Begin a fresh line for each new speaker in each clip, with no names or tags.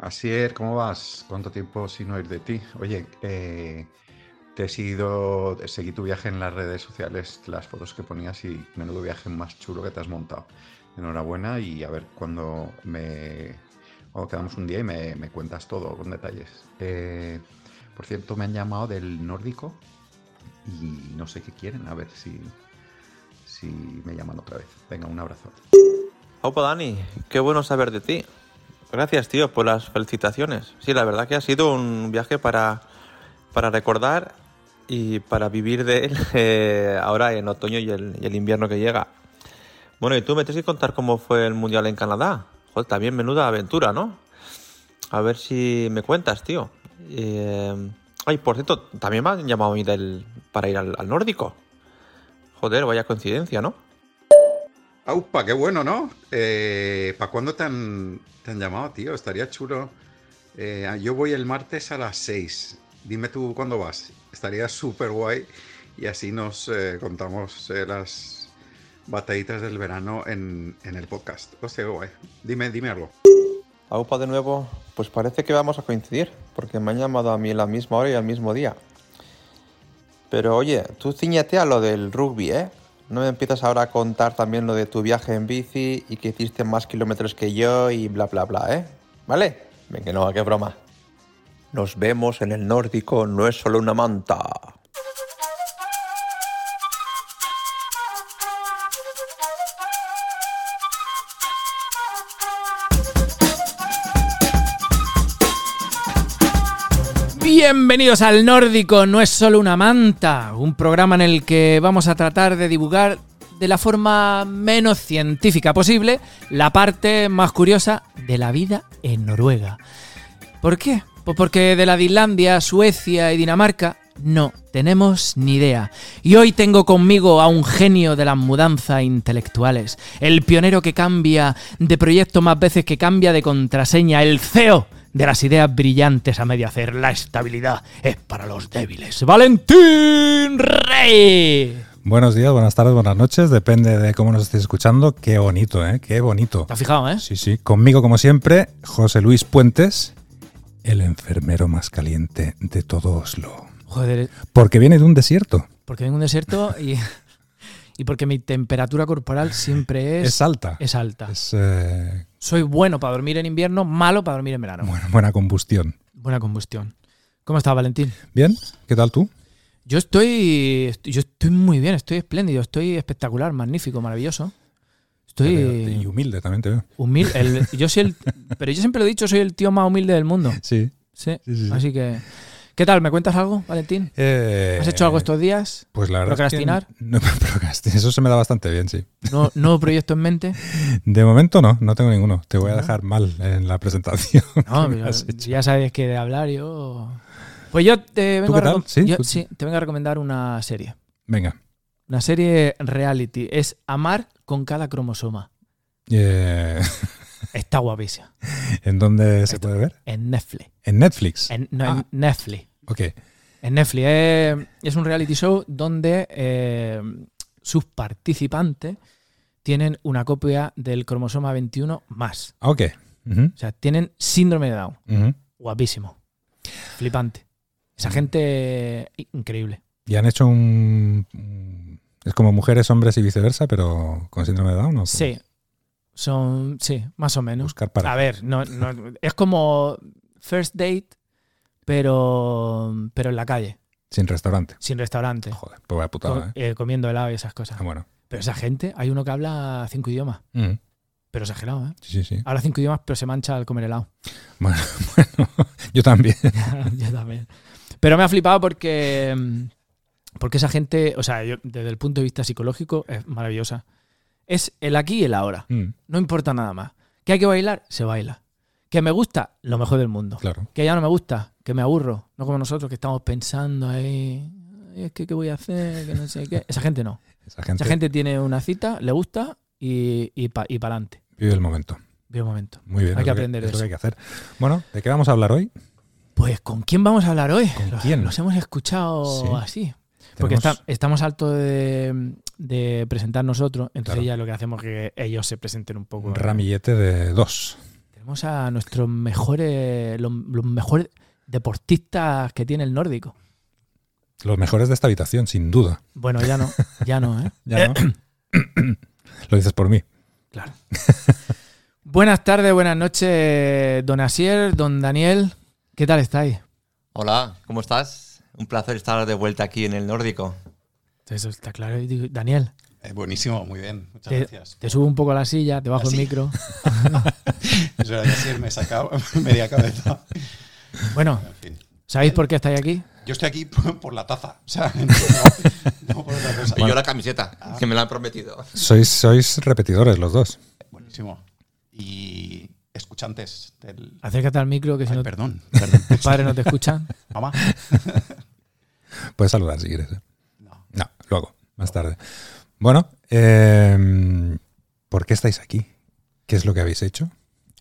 Así es, ¿cómo vas? ¿Cuánto tiempo sin oír de ti? Oye, eh, te he seguido, seguí tu viaje en las redes sociales, las fotos que ponías y menudo viaje más chulo que te has montado. Enhorabuena y a ver cuando me cuando quedamos un día y me, me cuentas todo con detalles. Eh, por cierto, me han llamado del nórdico y no sé qué quieren, a ver si, si me llaman otra vez. Venga, un abrazo.
Opa Dani, qué bueno saber de ti. Gracias, tío, por las felicitaciones. Sí, la verdad que ha sido un viaje para, para recordar y para vivir de él eh, ahora en otoño y el, y el, invierno que llega. Bueno, y tú me tienes que contar cómo fue el Mundial en Canadá. Joder, también menuda aventura, ¿no? A ver si me cuentas, tío. Eh, ay, por cierto, también me han llamado a mí del, para ir al, al nórdico. Joder, vaya coincidencia, ¿no?
Aupa, qué bueno, ¿no? Eh, ¿Para cuándo te han, te han, llamado, tío? Estaría chulo. Eh, yo voy el martes a las 6. Dime tú cuándo vas. Estaría súper guay y así nos eh, contamos las batallitas del verano en, en el podcast. Hostia, qué guay. Dime, dime algo.
Aupa de nuevo, pues parece que vamos a coincidir, porque me han llamado a mí a la misma hora y al mismo día. Pero oye, tú ciñate a lo del rugby, ¿eh? No me empiezas ahora a contar también lo de tu viaje en bici y que hiciste más kilómetros que yo y bla bla bla, ¿eh? ¿Vale? Venga, no, qué broma. Nos vemos en el nórdico, no es solo una manta.
Bienvenidos al Nórdico, no es solo una manta, un programa en el que vamos a tratar de divulgar de la forma menos científica posible la parte más curiosa de la vida en Noruega. ¿Por qué? Pues porque de la de Islandia, Suecia y Dinamarca no tenemos ni idea. Y hoy tengo conmigo a un genio de las mudanzas intelectuales, el pionero que cambia de proyecto más veces que cambia de contraseña, el CEO de las ideas brillantes a medio hacer. La estabilidad es para los débiles. Valentín Rey.
Buenos días, buenas tardes, buenas noches. Depende de cómo nos estéis escuchando. Qué bonito, ¿eh? Qué bonito.
¿Te has fijado, eh?
Sí, sí. Conmigo, como siempre, José Luis Puentes, el enfermero más caliente de todo Oslo.
Joder.
Porque viene de un desierto.
Porque viene de un desierto y... y porque mi temperatura corporal siempre es...
Es alta.
Es alta.
Es... Eh
soy bueno para dormir en invierno, malo para dormir en verano.
Buena, buena, combustión.
Buena combustión. ¿Cómo estás, Valentín?
Bien, ¿qué tal tú?
Yo estoy, yo estoy muy bien, estoy espléndido, estoy espectacular, magnífico, maravilloso. Estoy
veo, y humilde también te veo.
Humilde, el, yo soy el, pero yo siempre lo he dicho, soy el tío más humilde del mundo.
Sí.
Sí. sí, sí, sí. Así que ¿Qué tal? ¿Me cuentas algo, Valentín? Eh, ¿Has hecho algo estos días?
Pues la verdad.
¿Procrastinar?
Es que no, procrastinar. Eso se me da bastante bien, sí.
¿No, ¿No proyecto en mente?
De momento no, no tengo ninguno. Te voy a dejar mal en la presentación.
No, pero ya sabes que de hablar yo. Pues yo te vengo,
¿Tú qué
a,
tal? ¿Sí?
Yo,
pues
sí, te vengo a recomendar una serie.
Venga.
Una serie reality. Es Amar con cada cromosoma.
Eh...
Está guapísima.
¿En dónde se Esto, puede ver?
En Netflix.
¿En Netflix?
En, no, ah. en Netflix.
Ok.
En Netflix. Es, es un reality show donde eh, sus participantes tienen una copia del cromosoma 21 más.
Ok.
Uh -huh. O sea, tienen síndrome de Down. Uh -huh. Guapísimo. Flipante. Esa gente eh, increíble.
Y han hecho un... mm, Es como mujeres, hombres y viceversa, pero con síndrome de Down, ¿no?
Sí, son, sí, más o menos.
Buscar para.
A ver, no, no, es como first date, pero, pero en la calle.
Sin restaurante.
Sin restaurante.
Joder, pues vaya putada.
Com eh. Eh, comiendo helado y esas cosas.
Ah, bueno.
Pero esa gente, hay uno que habla cinco idiomas. Mm. Pero exagerado, ¿eh?
Sí, sí, sí.
Habla cinco idiomas, pero se mancha al comer helado.
Bueno, bueno yo también.
yo también. Pero me ha flipado porque, porque esa gente, o sea, yo, desde el punto de vista psicológico, es maravillosa es el aquí y el ahora. Mm. No importa nada más. Que hay que bailar, se baila. Que me gusta, lo mejor del mundo.
Claro.
Que ya no me gusta, que me aburro. No como nosotros que estamos pensando ahí, es que qué voy a hacer, que no sé qué. Esa gente no.
Esa gente,
Esa gente tiene una cita, le gusta y, y para y pa adelante.
Vive el momento.
Vive el momento.
Muy bien.
Hay que aprender
que,
de eso.
Es lo que hay que hacer. Bueno, ¿de qué vamos a hablar hoy?
Pues, ¿con quién vamos a hablar hoy?
¿Con
los,
quién?
Los hemos escuchado sí. así. Porque está, estamos alto de, de, presentar nosotros, entonces
Claro.
ya lo que hacemos es que ellos se presenten un poco.
Un ramillete de dos.
Tenemos a nuestros mejores, los, los mejores deportistas que tiene el nórdico.
Los mejores de esta habitación, sin duda.
Bueno, ya no, ya no, ¿eh?
Ya no. Lo dices por mí.
Claro. buenas tardes, buenas noches, don Asier, don Daniel. ¿Qué tal estáis?
Hola, ¿cómo estás? Un placer estar de vuelta aquí en el Nórdico.
Eso está claro. Y digo, Daniel,
Eh, buenísimo, muy bien. Muchas
te,
gracias.
te subo un poco a la silla, te bajo
¿Ah, sí?
el micro.
Eso era decir, me he sacado media cabeza.
Bueno,
En fin.
¿sabéis por qué estáis aquí?
Yo estoy aquí por, por la taza. O sea, no, no por otra cosa.
Y yo la camiseta, que me la han prometido.
Sois, sois repetidores los dos.
Buenísimo. Y escuchantes del.
Acércate al micro que si
Ay,
no
perdón, perdón.
tus padres no te escuchan.
Mamá.
Puedes saludar si quieres. ¿eh?
No.
No, lo hago, más tarde. Bueno, eh, ¿por qué estáis aquí? ¿Qué es lo que habéis hecho?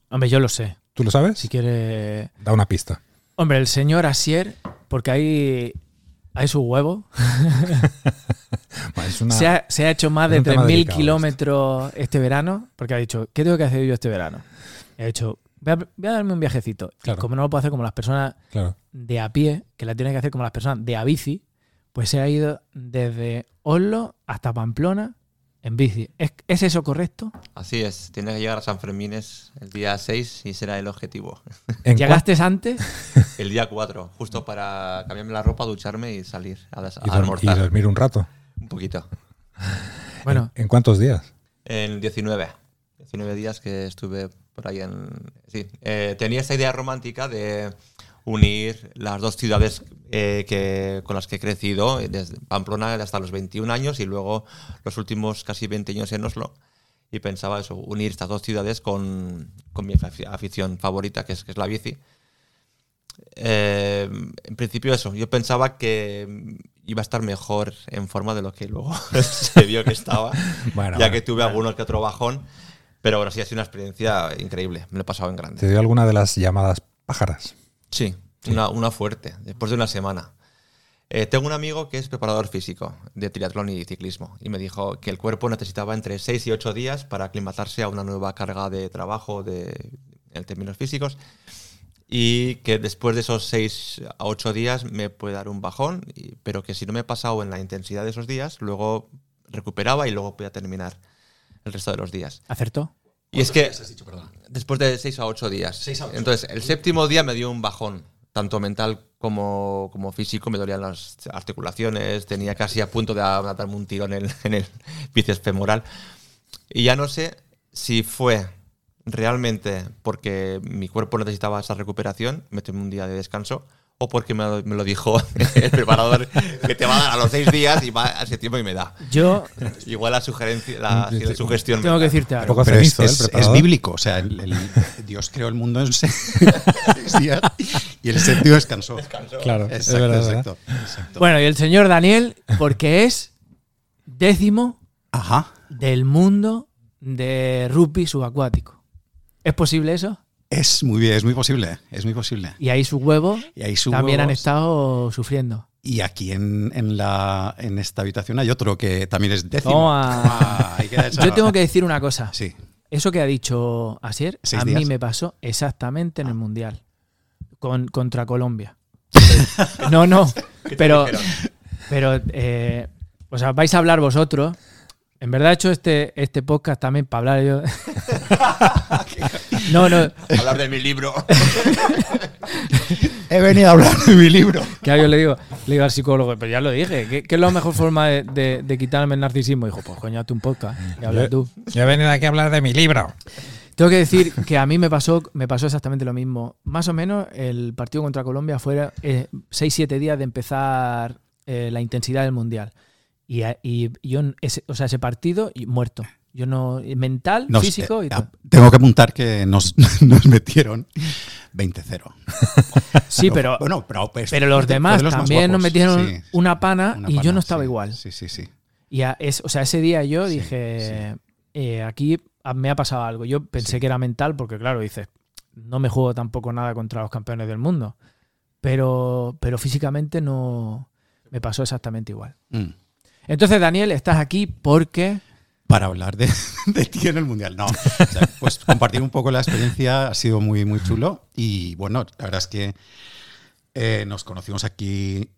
Hombre, yo lo sé.
¿Tú lo sabes?
Si quiere.
Da una pista.
Hombre, el señor Asier, porque ahí hay su huevo.
Bueno, es una-
Se ha, se ha hecho más
Es
de
un tema
3.000
delicado
kilómetros este verano, porque ha dicho, ¿qué tengo que hacer yo este verano? Y ha dicho, voy a, voy a darme un viajecito. Y
Claro.
como no lo puedo hacer como las personas
Claro.
de a pie, que la tienen que hacer como las personas de a bici, pues se ha ido desde Oslo hasta Pamplona en bici. ¿Es, es eso correcto?
Así es, tienes que llegar a San Fermines el día 6 y será el objetivo.
En cua-
¿Llegaste antes?
El día 4, justo para cambiarme la ropa, ducharme y salir a, las- a
y, dorm- y
almorzar
dormir un rato.
un poquito.
Bueno,
¿En cuántos días?
En 19, 19 días que estuve por ahí en... Sí, eh, tenía esta idea romántica de unir las dos ciudades eh, que, con las que he crecido, eh, desde Pamplona hasta los 21 años y luego los últimos casi 20 años en Oslo. Y pensaba eso, unir estas dos ciudades con, con mi afi- afición favorita, que es, que es la bici. Eh, en principio eso, yo pensaba que mm, iba a estar mejor en forma de lo que luego se vio que estaba,
Bueno,
ya
bueno.
que tuve algunos que otro bajón, pero ahora sí ha sido una experiencia increíble, me lo he pasado en grande.
¿Te dio alguna de las llamadas pájaras?
Sí, Una, una fuerte, después de una semana. Eh, tengo un amigo que es preparador físico de triatlón y ciclismo y me dijo que el cuerpo necesitaba entre 6 y 8 días para aclimatarse a una nueva carga de trabajo de, en términos físicos y que después de esos 6 a 8 días me puede dar un bajón, y- pero que si no me he pasado en la intensidad de esos días, luego recuperaba y luego podía terminar el resto de los días.
acertó.
Y es que después de 6 a 8 días. Entonces, el séptimo día me dio un bajón, tanto mental como, como físico. Me dolían las articulaciones, tenía casi a punto de a- darme un tirón en, en el bíceps femoral. Y ya no sé si fue realmente porque mi cuerpo necesitaba esa recuperación, me tomé un día de descanso, o porque me lo, me lo dijo el preparador que te va a dar a los 6 días y va a ese tiempo y me da.
Yo
Igual la sugerencia, la, sí, la sugestión. me
tengo
da.
que decirte
Un
algo.
poco
Pero es,
cenizo, ¿eh, el
es- es
preparador?
bíblico, o sea, el- el- Dios creó el mundo en seis días y el séptimo descansó.
Claro, es
Exacto,
verdad, es verdad.
exacto, exacto.
Bueno, y el señor Daniel, porque es décimo
Ajá,
del mundo de rugby subacuático. ¿Es posible eso?
es muy bien, es muy posible, es muy posible.
Y ahí sus huevos
Y ahí subo-
también han estado sufriendo.
Y aquí en, en la, en esta habitación hay otro que también es décimo.
Toma.
Ah, hay que dar esa-
Yo tengo que decir una cosa.
Sí,
Eso que ha dicho Asier,
Seis
a mí
días. Ah.
me pasó exactamente en el Mundial. Con, contra Colombia. no, no. Pero, pero eh, o sea, vais a hablar vosotros. En verdad he hecho este, este podcast también para hablar yo. no, no.
Hablar de mi libro.
he venido a hablar de mi libro.
Claro, yo le digo, le digo al psicólogo, pero ya lo dije, ¿qué, qué es la mejor forma de, de- de quitarme el narcisismo? Dijo, pues coño, hazte un podcast y habla tú.
Yo he venido aquí a hablar de mi libro.
Tengo que decir que a mí me pasó, me pasó exactamente lo mismo. Más o menos el partido contra Colombia fuera 6-7 días de empezar eh, la intensidad del Mundial. Y, a- y yo, en ese, o sea, ese partido y muerto. Yo no, mental,
Nos-
físico
eh,
y
ah,
todo.
Tengo que apuntar que nos, nos metieron 20-0.
Sí, pero,
Bueno, pero, pues,
pero los
fue de
demás
los más
también nos
guapos,
metieron
sí,
una pana
una
y yo
pana,
no estaba
sí,
igual.
Sí, sí, sí.
Y a- es, o sea, ese día yo
Sí,
dije, eh, aquí a- me ha pasado algo. Yo pensé que era mental porque, claro, dices, no me juego tampoco nada contra los campeones del mundo. Pero, pero físicamente no me pasó exactamente igual.
Mm.
Entonces, Daniel, estás aquí porque
para hablar de, de ti en el Mundial. No, o sea, pues compartir un poco la experiencia ha sido muy, muy chulo. Y bueno, la verdad es que eh, nos conocimos aquí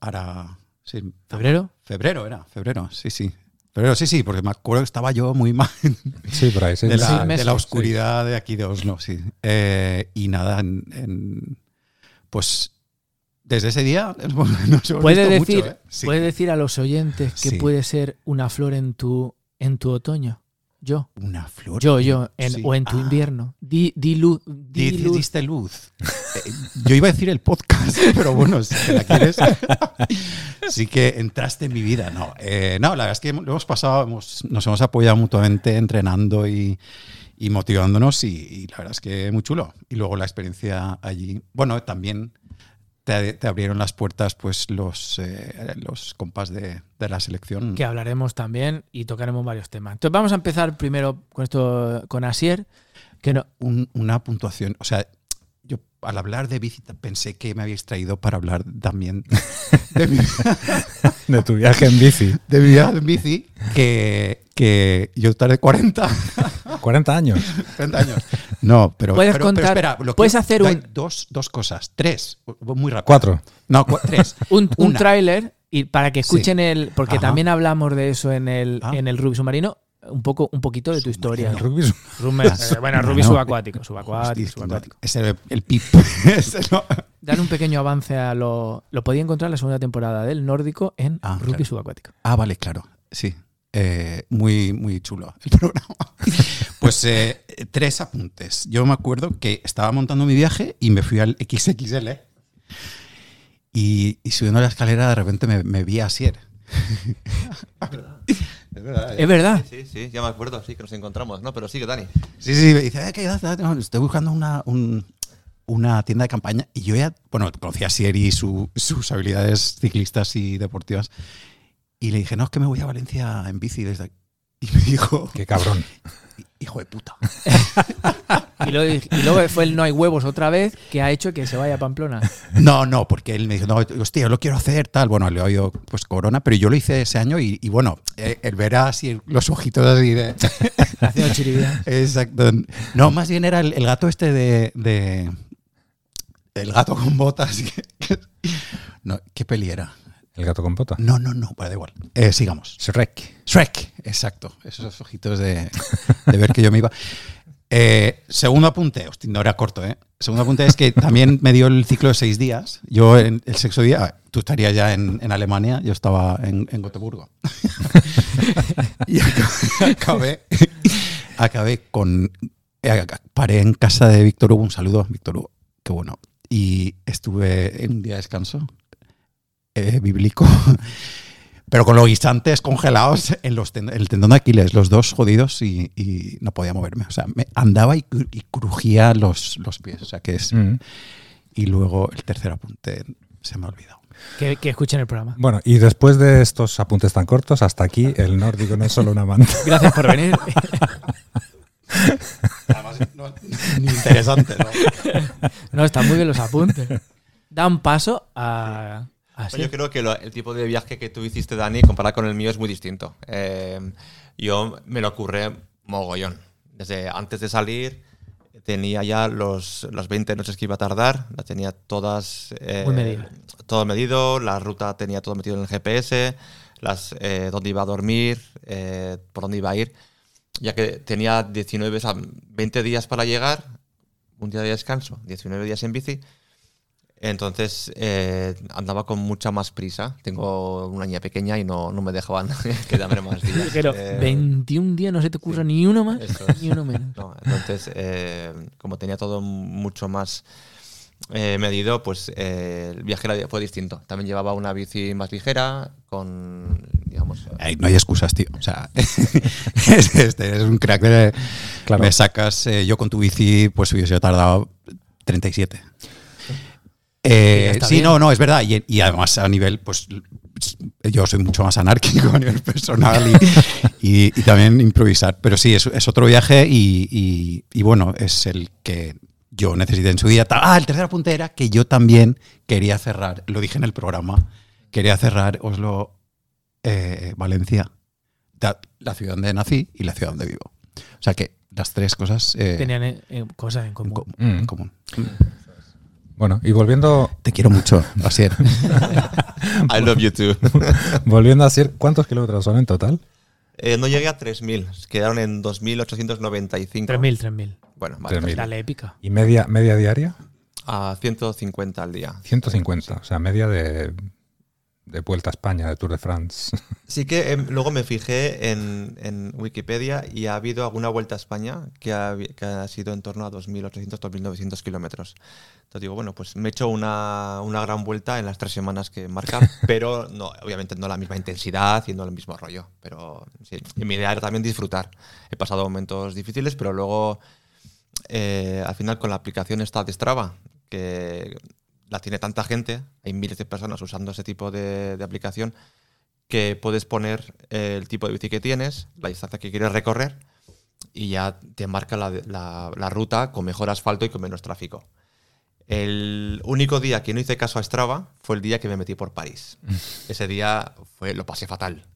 ahora... sí,
¿Febrero?
febrero era, febrero, sí, sí. Febrero, sí, sí, porque me acuerdo que estaba yo muy mal
Sí, por ahí. sí,
de,
sí.
la,
Sí,
de
meses,
la oscuridad de aquí de Oslo, sí. Eh, y nada, en- en- pues desde ese día nos hemos
Puede
visto
decir,
mucho, ¿eh? Sí.
puede decir a los oyentes que
Sí.
puede ser una flor en tu, en tu otoño. Yo,
Una flor.
yo, yo, en-
Sí.
o en tu
Ah,
invierno. Di, di lu- di
di- di-
luz.
diste luz. Eh, yo iba a decir el podcast, pero bueno, si te la quieres. sí que entraste en mi vida, no. Eh, no, la verdad es que lo hemos pasado, hemos- nos hemos apoyado mutuamente entrenando y, y motivándonos y, y la verdad es que muy chulo. Y luego la experiencia allí, bueno, también te, te abrieron las puertas pues los, eh, los compas de, de la selección.
que hablaremos también y tocaremos varios temas. Entonces vamos a empezar primero con esto con Asier, que no
un- una puntuación. O sea, yo al hablar de bici pensé que me habíais traído para hablar también de mi,
De tu viaje en bici.
de mi vida en bici, que, que yo tardé 40,
40 años.
30 años. No, pero,
Puedes
pero- pero
contar-
espera, lo que-
puedes hacer
hay
un-
dos, dos cosas, tres, muy rápido.
Cuatro.
No, cua- tres.
un, un
Una.
tráiler y para que escuchen el porque
Ajá.
también hablamos de eso en el
Ah.
en el rugby submarino un poco un poquito de tu historia.
El rugby es-
Rumba- eh, bueno, rugby
No.
subacuático, subacuático,
Hostia,
subacuático.
es el, el pip. Ese no.
Dar un pequeño avance a lo lo podía encontrar en la segunda temporada del nórdico en
Ah,
rugby
claro.
subacuático.
Ah, vale, claro. Sí. Eh, muy, muy chulo el programa. Pues eh, tres apuntes. Yo me acuerdo que estaba montando mi viaje y me fui al XXL. Y, y subiendo la escalera de repente me, me vi a Asier. Es verdad,
Es verdad.
Sí, sí, ya me acuerdo, sí, que nos encontramos, ¿no? Pero sigue, Dani. Pues
Sí, sí, me dice, "Eh, ¿qué haces? No, estoy buscando una, un- una tienda de campaña. Y yo ya, bueno, conocía a Sieri y su- sus habilidades ciclistas y deportivas. Y le dije, no, es que me voy a Valencia en bici desde aquí. Y me dijo,
Qué cabrón.
hijo de puta.
Y luego, y luego fue el no hay huevos otra vez que ha hecho que se vaya a Pamplona.
No, no, porque él me dijo, no, hostia, yo lo quiero hacer, tal. Bueno, le he oído pues corona, pero yo lo hice ese año y, y bueno, eh, el ver así los ojitos así de...
Haciendo chiribidad.
Exacto. No, más bien era el, el gato este de, de- El gato con botas. que- que- no, ¿Qué peli era?
El gato con pota.
No, no, no, vale, da igual. Eh, sigamos.
Shrek.
Shrek, exacto. Esos ojitos de, de ver que yo me iba. Eh, segundo apunte, hostia, no era corto, ¿eh? Segundo apunte es que también me dio el ciclo de seis días. Yo en el sexto día, ah, tú estarías ya en, en Alemania, yo estaba en, en Gotemburgo. y ac- acabé, acabé con... eh, Paré en casa de Víctor Hugo, un saludo, Víctor Hugo, qué bueno. Y estuve en un día de descanso eh, bíblico pero con los guisantes congelados en los ten- el tendón de Aquiles, los dos jodidos y, y no podía moverme. O sea, me andaba y, cru- y crujía los, los pies. O sea, que es.
Mm.
Y luego el tercer apunte se me ha olvidado.
Que, que escuchen el programa.
Bueno, y después de estos apuntes tan cortos, hasta aquí el nórdico no es solo una manta.
Gracias por venir.
Además, ni interesante,
No, están muy bien los apuntes. Dan paso a. a
Pues Yo
Asier.
creo que lo- el tipo de viaje que tú hiciste, Dani, comparado con el mío, es muy distinto. Eh, yo me lo ocurre mogollón. Desde antes de salir, tenía ya los, las 20 noches que iba a tardar, las tenía todas. eh,
Muy medido.
Todo medido, la ruta tenía todo metido en el GPS, las, eh, dónde iba a dormir, eh, por dónde iba a ir. Ya que tenía 19, o sea, 20 días para llegar, un día de descanso, 19 días en bici. Entonces eh, andaba con mucha más prisa. Tengo una niña pequeña y no, no me dejaban quedarme más días.
Pero
Eh,
21 días no se te ocurra ni uno más
Eso es.
ni uno menos.
no, entonces, eh, como tenía todo mucho más eh, medido, pues eh, el viaje era- fue distinto. También llevaba una bici más ligera, con, digamos...
no hay excusas, tío. O sea, es, este, es un crack. de-
Claro.
Me sacas, eh, yo con tu bici, pues hubiese tardado 37. Eh,
Ya está
sí,
bien.
no, no, es verdad. Y, y además a nivel, pues yo soy mucho más anárquico a nivel personal y, y- y también improvisar. Pero sí, es, es otro viaje y, y- y bueno, es el que yo necesité en su día. Ta- Ah, el tercer apunte era que yo también quería cerrar, lo dije en el programa, quería cerrar Oslo, eh, Valencia. Te- ta- la ciudad donde nací y la ciudad donde vivo. O sea que las tres cosas eh,
Tenían eh, eh, cosas en
en,
común.
co-
Mm.
en común.
Bueno, y volviendo,
Te quiero mucho, Asier.
I love you too.
volviendo a decir, ¿cuántos kilómetros son en total?
Eh, no llegué a 3.000, quedaron en 2.895.
3.000, 3.000.
Bueno, vale.
3.000.
Dale, épica.
¿Y media, media diaria?
A 150 al día.
150, o sea, media de, de Vuelta a España, de Tour de France.
Sí que em, luego me fijé en, en Wikipedia y ha habido alguna vuelta a España que ha, que ha sido en torno a 2.800, 2.900 kilómetros. Entonces digo, bueno, pues me he hecho una, una gran vuelta en las tres semanas que marca, pero no, obviamente no la misma intensidad y no el mismo rollo. Pero sí, y mi idea era también disfrutar. He pasado momentos difíciles, pero luego eh, al final con la aplicación esta de Strava, que la tiene tanta gente, hay miles de personas usando ese tipo de, de aplicación, que puedes poner eh, el tipo de bici que tienes, la distancia que quieres recorrer, y ya te marca la, la- la ruta con mejor asfalto y con menos tráfico. El único día que no hice caso a Strava fue el día que me metí por París. Ese día fue, lo pasé fatal.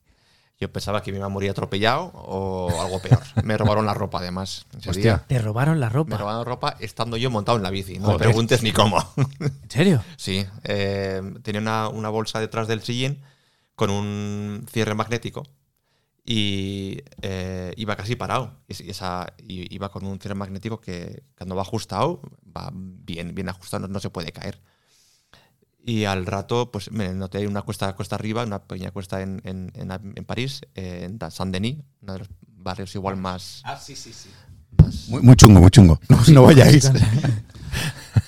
Yo pensaba que me iba a morir atropellado o algo peor. Me robaron la ropa, además. ese
Hostia.
día.
Te robaron la
Me
ropa.
robaron ropa estando yo montado en la bici. No me
Joder.
preguntes ni cómo.
¿En serio?
sí, eh, tenía una, una bolsa detrás del sillín con un cierre magnético y eh, iba casi parado. Y, y esa, y- iba con un cierre magnético que cuando va ajustado, va bien, bien ajustado, no, no se puede caer. Y al rato, pues me noté una cuesta, cuesta arriba, una pequeña cuesta en, en- en- en París, eh, en Saint-Denis, uno de los barrios igual más,
Muy, muy chungo, muy chungo. No, no vayáis.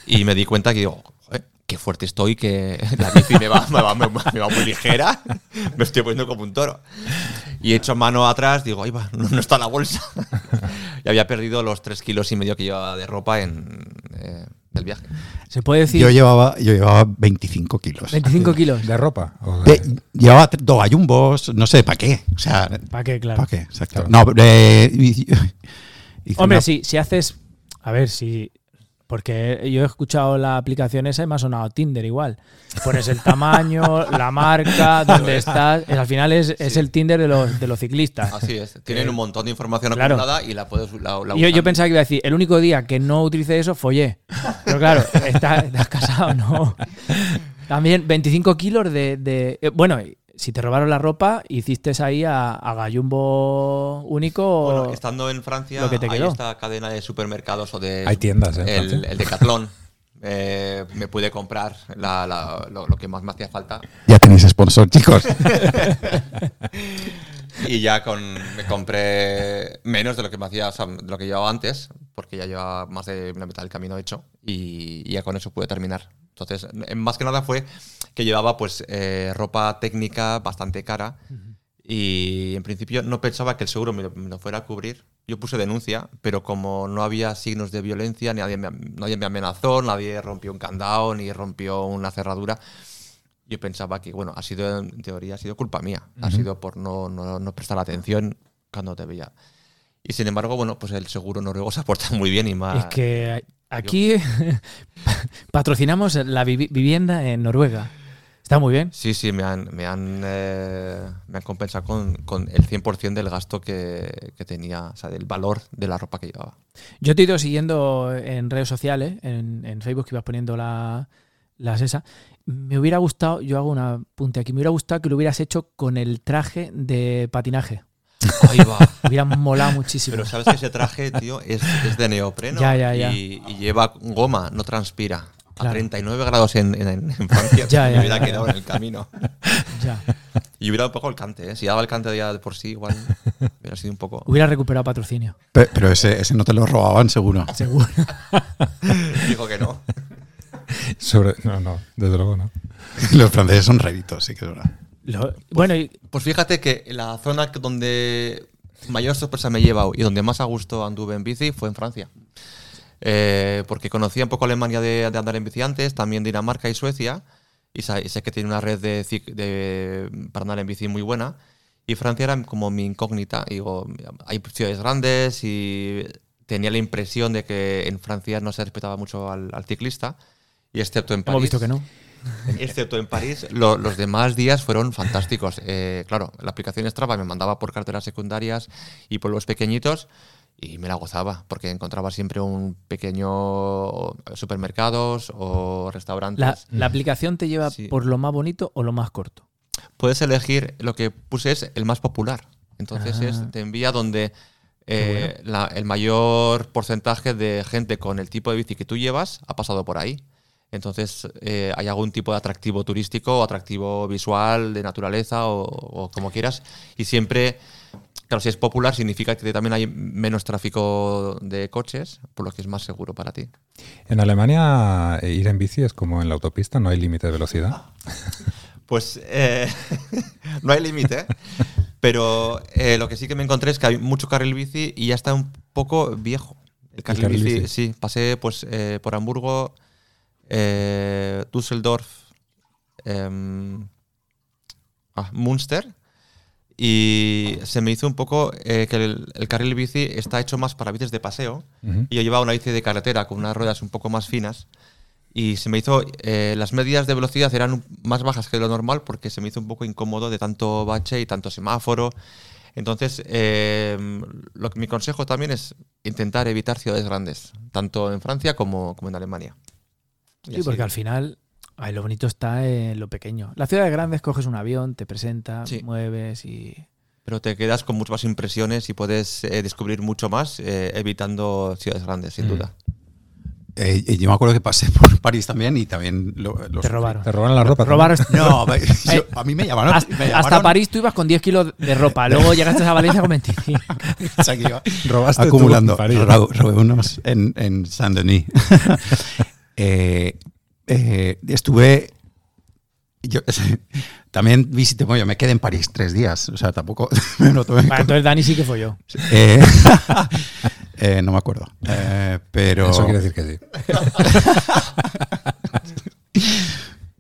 Y me di cuenta que digo, joder, qué fuerte estoy, que la bici me va, me va- me va- me va muy ligera, me estoy poniendo como un toro. Y echo mano atrás, digo, ahí va, no, no está la bolsa. Y había perdido los tres kilos y medio que llevaba de ropa en, eh, del viaje.
Se puede decir
Yo llevaba, yo llevaba 25 kilos.
25 kilos.
¿De ropa? O de-
De- llevaba tre- dos ayumbos, no sé, ¿para qué? O sea,
¿Para qué, claro?
¿para qué? Exacto.
Claro.
No, eh, y- hice
Hombre,
una-
sí, si haces. A ver, si. Porque yo he escuchado la aplicación esa y me ha sonado Tinder igual. Pones el tamaño, la marca, dónde estás. Al final es, es el Tinder de los, de los ciclistas.
Así es, tienen un montón de información
Claro.
acumulada y la puedes la, la
Y Yo, yo
usan.
pensaba que iba a decir, el único día que no utilicé eso, follé. Pero claro, estás, estás casado, ¿no? También 25 kilos de... de- eh, bueno, si te robaron la ropa, hiciste ahí a, a gallumbo único... o-
Bueno, estando en Francia,
Lo que te
hay
quedó.
esta cadena de supermercados o de.
Hay tiendas, ¿eh, en
El,
Francia?
el Decathlon. Eh, me pude comprar la- la- lo- lo que más me hacía falta.
Ya tenéis sponsor, chicos.
Y ya con, me compré menos de lo que me hacía, o sea, de lo que llevaba antes, porque ya llevaba más de la mitad del camino hecho y, y ya con eso pude terminar. Entonces, eh, más que nada fue que llevaba pues eh, ropa técnica bastante cara y en principio no pensaba que el seguro me lo, me lo fuera a cubrir. Yo puse denuncia, pero como no había signos de violencia, nadie me, nadie me amenazó, nadie rompió un candado ni rompió una cerradura, yo pensaba que, bueno, ha sido, en teoría, ha sido culpa mía. Ha sido por no, no, no prestar atención cuando te veía. Y sin embargo, bueno, pues el seguro noruego se aporta muy bien y más.
Es que aquí patrocinamos la vivi- vivienda en Noruega. Está muy bien.
Sí, sí, me han, me han, eh, me han compensado con, con el 100% del gasto que, que tenía, o sea, del valor de la ropa que llevaba.
Yo te he ido siguiendo en redes sociales, en, en Facebook, que ibas poniendo la- las esas. Me hubiera gustado, yo hago una punta aquí, me hubiera gustado que lo hubieras hecho con el traje de patinaje.
Ahí va.
Me hubiera molado muchísimo.
Pero sabes que ese traje, tío, es, es de neopreno
Ya, ya, ya.
Y, y lleva goma, no transpira.
Claro.
A 39 grados en, en, en Francia,
Ya,
me
ya,
hubiera
ya.
quedado en el camino.
Ya.
Y hubiera un poco el cante, ¿eh? Si daba el cante ya de por sí, igual hubiera sido un poco.
Hubiera recuperado patrocinio.
Pe- Pero ese, ese no te lo robaban, seguro.
Seguro.
Dijo que no.
sobre- no, no, desde luego no.
Los franceses son raritos, sí que es verdad.
Lo- bueno, y-
Pues fíjate que la zona que- donde mayor sorpresa me he llevado y donde más a gusto anduve en bici fue en Francia. Eh, porque conocía un poco Alemania de, de andar en bici antes, también Dinamarca y Suecia. Y sa- y sé, que tiene una red de, cic- de- para andar en bici muy buena. Y Francia era como mi incógnita. Y digo, hay ciudades grandes y tenía la impresión de que en Francia no se respetaba mucho al, al ciclista. Y excepto en París.
Hemos visto que no.
Excepto en París, lo- los demás días fueron fantásticos. Eh, claro, la aplicación Strava me mandaba por carteras secundarias y pueblos pequeñitos y me la gozaba porque encontraba siempre un pequeño supermercados o restaurantes.
La, la aplicación te lleva
Sí.
por lo más bonito o lo más corto.
Puedes elegir, lo que puse es el más popular. Entonces
Ah.
es, te envía donde eh, la- el mayor porcentaje de gente con el tipo de bici que tú llevas ha pasado por ahí. Entonces eh, hay algún tipo de atractivo turístico o atractivo visual, de naturaleza o, o como quieras. Y siempre, claro, si es popular significa que también hay menos tráfico de coches, por lo que es más seguro para ti.
En Alemania eh, ir en bici es como en la autopista, no hay límite de velocidad.
Pues eh, no hay límite, ¿eh? pero eh, lo que sí que me encontré es que hay mucho carril bici y ya está un poco viejo. El carril,
carril
bici,
bici.
sí, pasé pues eh, por Hamburgo, eh, Düsseldorf, em, ah, Münster y se me hizo un poco eh, que el, el carril bici está hecho más para bicis de paseo
Ujú.
y yo llevaba una bici de carretera con unas ruedas un poco más finas y se me hizo eh, las medidas de velocidad eran un- más bajas que lo normal porque se me hizo un poco incómodo de tanto bache y tanto semáforo entonces eh, lo que- mi consejo también es intentar evitar ciudades grandes tanto en Francia como, como en Alemania Y
Sí,
así.
porque al final ay, lo bonito está en lo pequeño. Las ciudades grandes coges un avión, te presentas,
Sí.
mueves y...
pero te quedas con muchas más impresiones y puedes eh, descubrir mucho más eh, evitando ciudades grandes sin
Mm.
duda
Eh, y yo me acuerdo que pasé por París también y también lo- los-
Te robaron.
Te roban la ropa. también.
Robaron-
No, yo- a mí me llamaron.
hasta,
me
hasta
llamaron-
París tú ibas con 10 kilos de ropa, luego llegaste a Valencia con 25.
O sea, que iba-
Robaste tú
acumulando.
en París.
Ro- robé unos en, en Saint Denis. Eh, eh, estuve. Yo, también visité, bueno, yo me quedé en París tres días, o sea, tampoco me lo tomé.
Vale,
con-
entonces Dani sí que folló.
Eh, eh, no me acuerdo. Eh, pero.
Eso quiere decir que sí.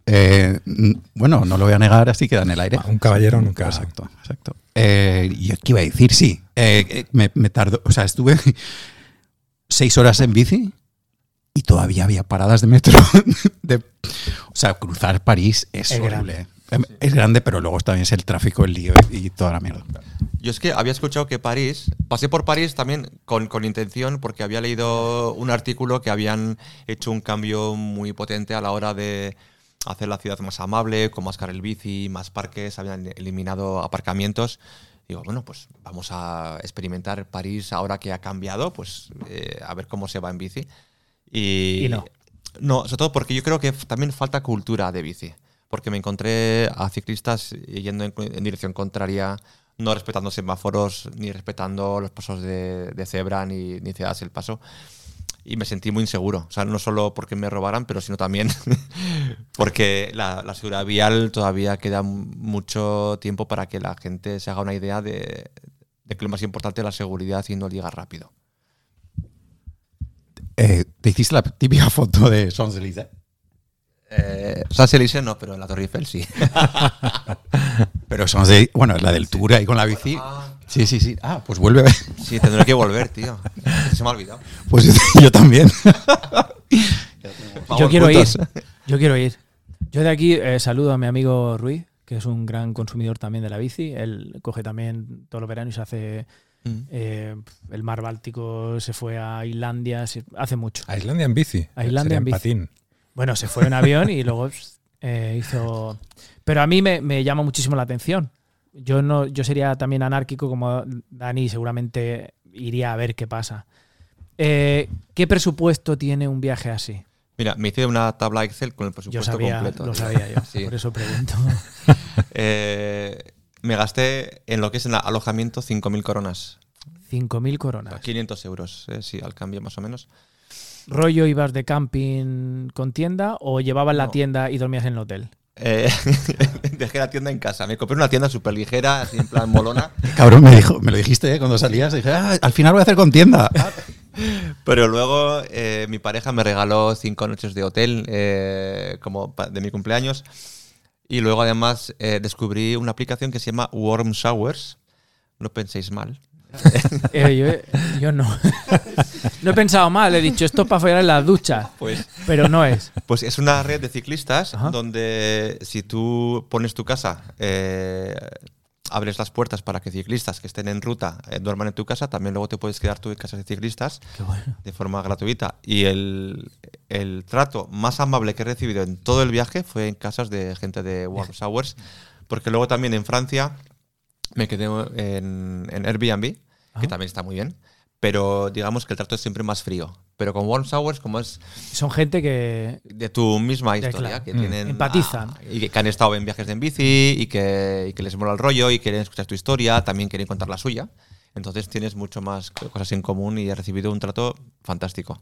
Eh, mm, bueno, no lo voy a negar, así queda en el aire.
Ah, un caballero nunca-
Exacto, exacto. Eh, yo qué iba a decir, sí. Eh, eh, me, me tardó, o sea, estuve seis horas en bici y todavía había paradas de metro. de- o sea, cruzar París es,
Es
horrible. Eh, Es grande, pero luego también es el tráfico, el lío y toda la mierda.
Yo es que había escuchado que París, pasé por París también con, con intención porque había leído un artículo que habían hecho un cambio muy potente a la hora de hacer la ciudad más amable, con más carril bici, más parques, habían eliminado aparcamientos. Digo, bueno, pues vamos a experimentar París ahora que ha cambiado, pues eh, a ver cómo se va en bici. Y,
Y no.
No, sobre todo porque yo creo que f- también falta cultura de bici. Porque me encontré a ciclistas yendo en, en dirección contraria, no respetando semáforos, ni respetando los pasos de, de cebra, ni, ni se hace el paso. Y me sentí muy inseguro. O sea, no solo porque me robaran, pero sino también porque la, la seguridad vial todavía queda m- mucho tiempo para que la gente se haga una idea de, de que lo más importante es la seguridad y no llegar rápido.
Eh, ¿Te hiciste la típica foto de Champs-Élysées?
Eh, Champs-Élysées no, pero en la Torre Eiffel sí.
Pero Champs-Élysées, bueno, la del Tour ahí con la bici. Sí, sí, sí. Ah, pues vuelve a ver.
Sí, tendré que volver, tío. Se me ha olvidado.
Pues yo, yo también.
Yo
Vamos
quiero
juntos.
ir. Yo quiero ir. Yo de aquí eh, saludo a mi amigo Ruiz, que es un gran consumidor también de la bici. Él coge también todos los veranos y se hace
Mm.
eh, el mar Báltico, se fue a Islandia, se- hace mucho.
A Islandia en bici.
A Islandia
Sería
en bici.
patín.
Bueno, se fue en avión y luego pss, eh, hizo. Pero a mí me, me llama muchísimo la atención. Yo no, yo sería también anárquico como Dani, y seguramente iría a ver qué pasa. Eh, ¿Qué presupuesto tiene un viaje así?
Mira, me hice una tabla Excel con el
Yo
presupuesto
sabía,
completo.
lo
tío.
sabía yo,
Sí.
por eso pregunto.
Eh, me gasté en lo que es en el alojamiento 5.000 coronas.
5.000 coronas.
500 euros, eh, sí, al cambio más o menos.
¿Rollo ibas de camping con tienda o llevabas la
No.
tienda y dormías en el hotel?
Eh, dejé la tienda en casa. Me compré una tienda súper ligera, así en plan molona.
Cabrón, me, dijo, me lo dijiste ¿eh? cuando salías. Dije, "Ah, al final voy a hacer con tienda.
Pero luego eh, mi pareja me regaló cinco noches de hotel eh, como pa- de mi cumpleaños. Y luego además eh, descubrí una aplicación que se llama Warm Showers. No penséis mal.
Eh, yo, yo no. No he pensado mal, he dicho esto es para follar en las duchas.
Pues,
Pero no es.
pues es una red de ciclistas
Ajá.
donde si tú pones tu casa, eh, abres las puertas para que ciclistas que estén en ruta eh, duerman en tu casa, también luego te puedes quedar tú en casas de ciclistas
Qué bueno.
de forma gratuita. Y el, el trato más amable que he recibido en todo el viaje fue en casas de gente de Warm Showers, porque luego también en Francia me quedé en, en Airbnb,
Ajá.
que también está muy bien, pero digamos que el trato es siempre más frío. Pero con Warm Showers, como es
Son gente que.
de tu misma
Ya,
historia,
claro.
que
Mm.
tienen.
Empatizan.
ah, y que, que han estado en viajes en bici y que, y que les mola el rollo y quieren escuchar tu historia, también quieren contar la suya. Entonces tienes mucho más co- cosas en común y he recibido un trato fantástico.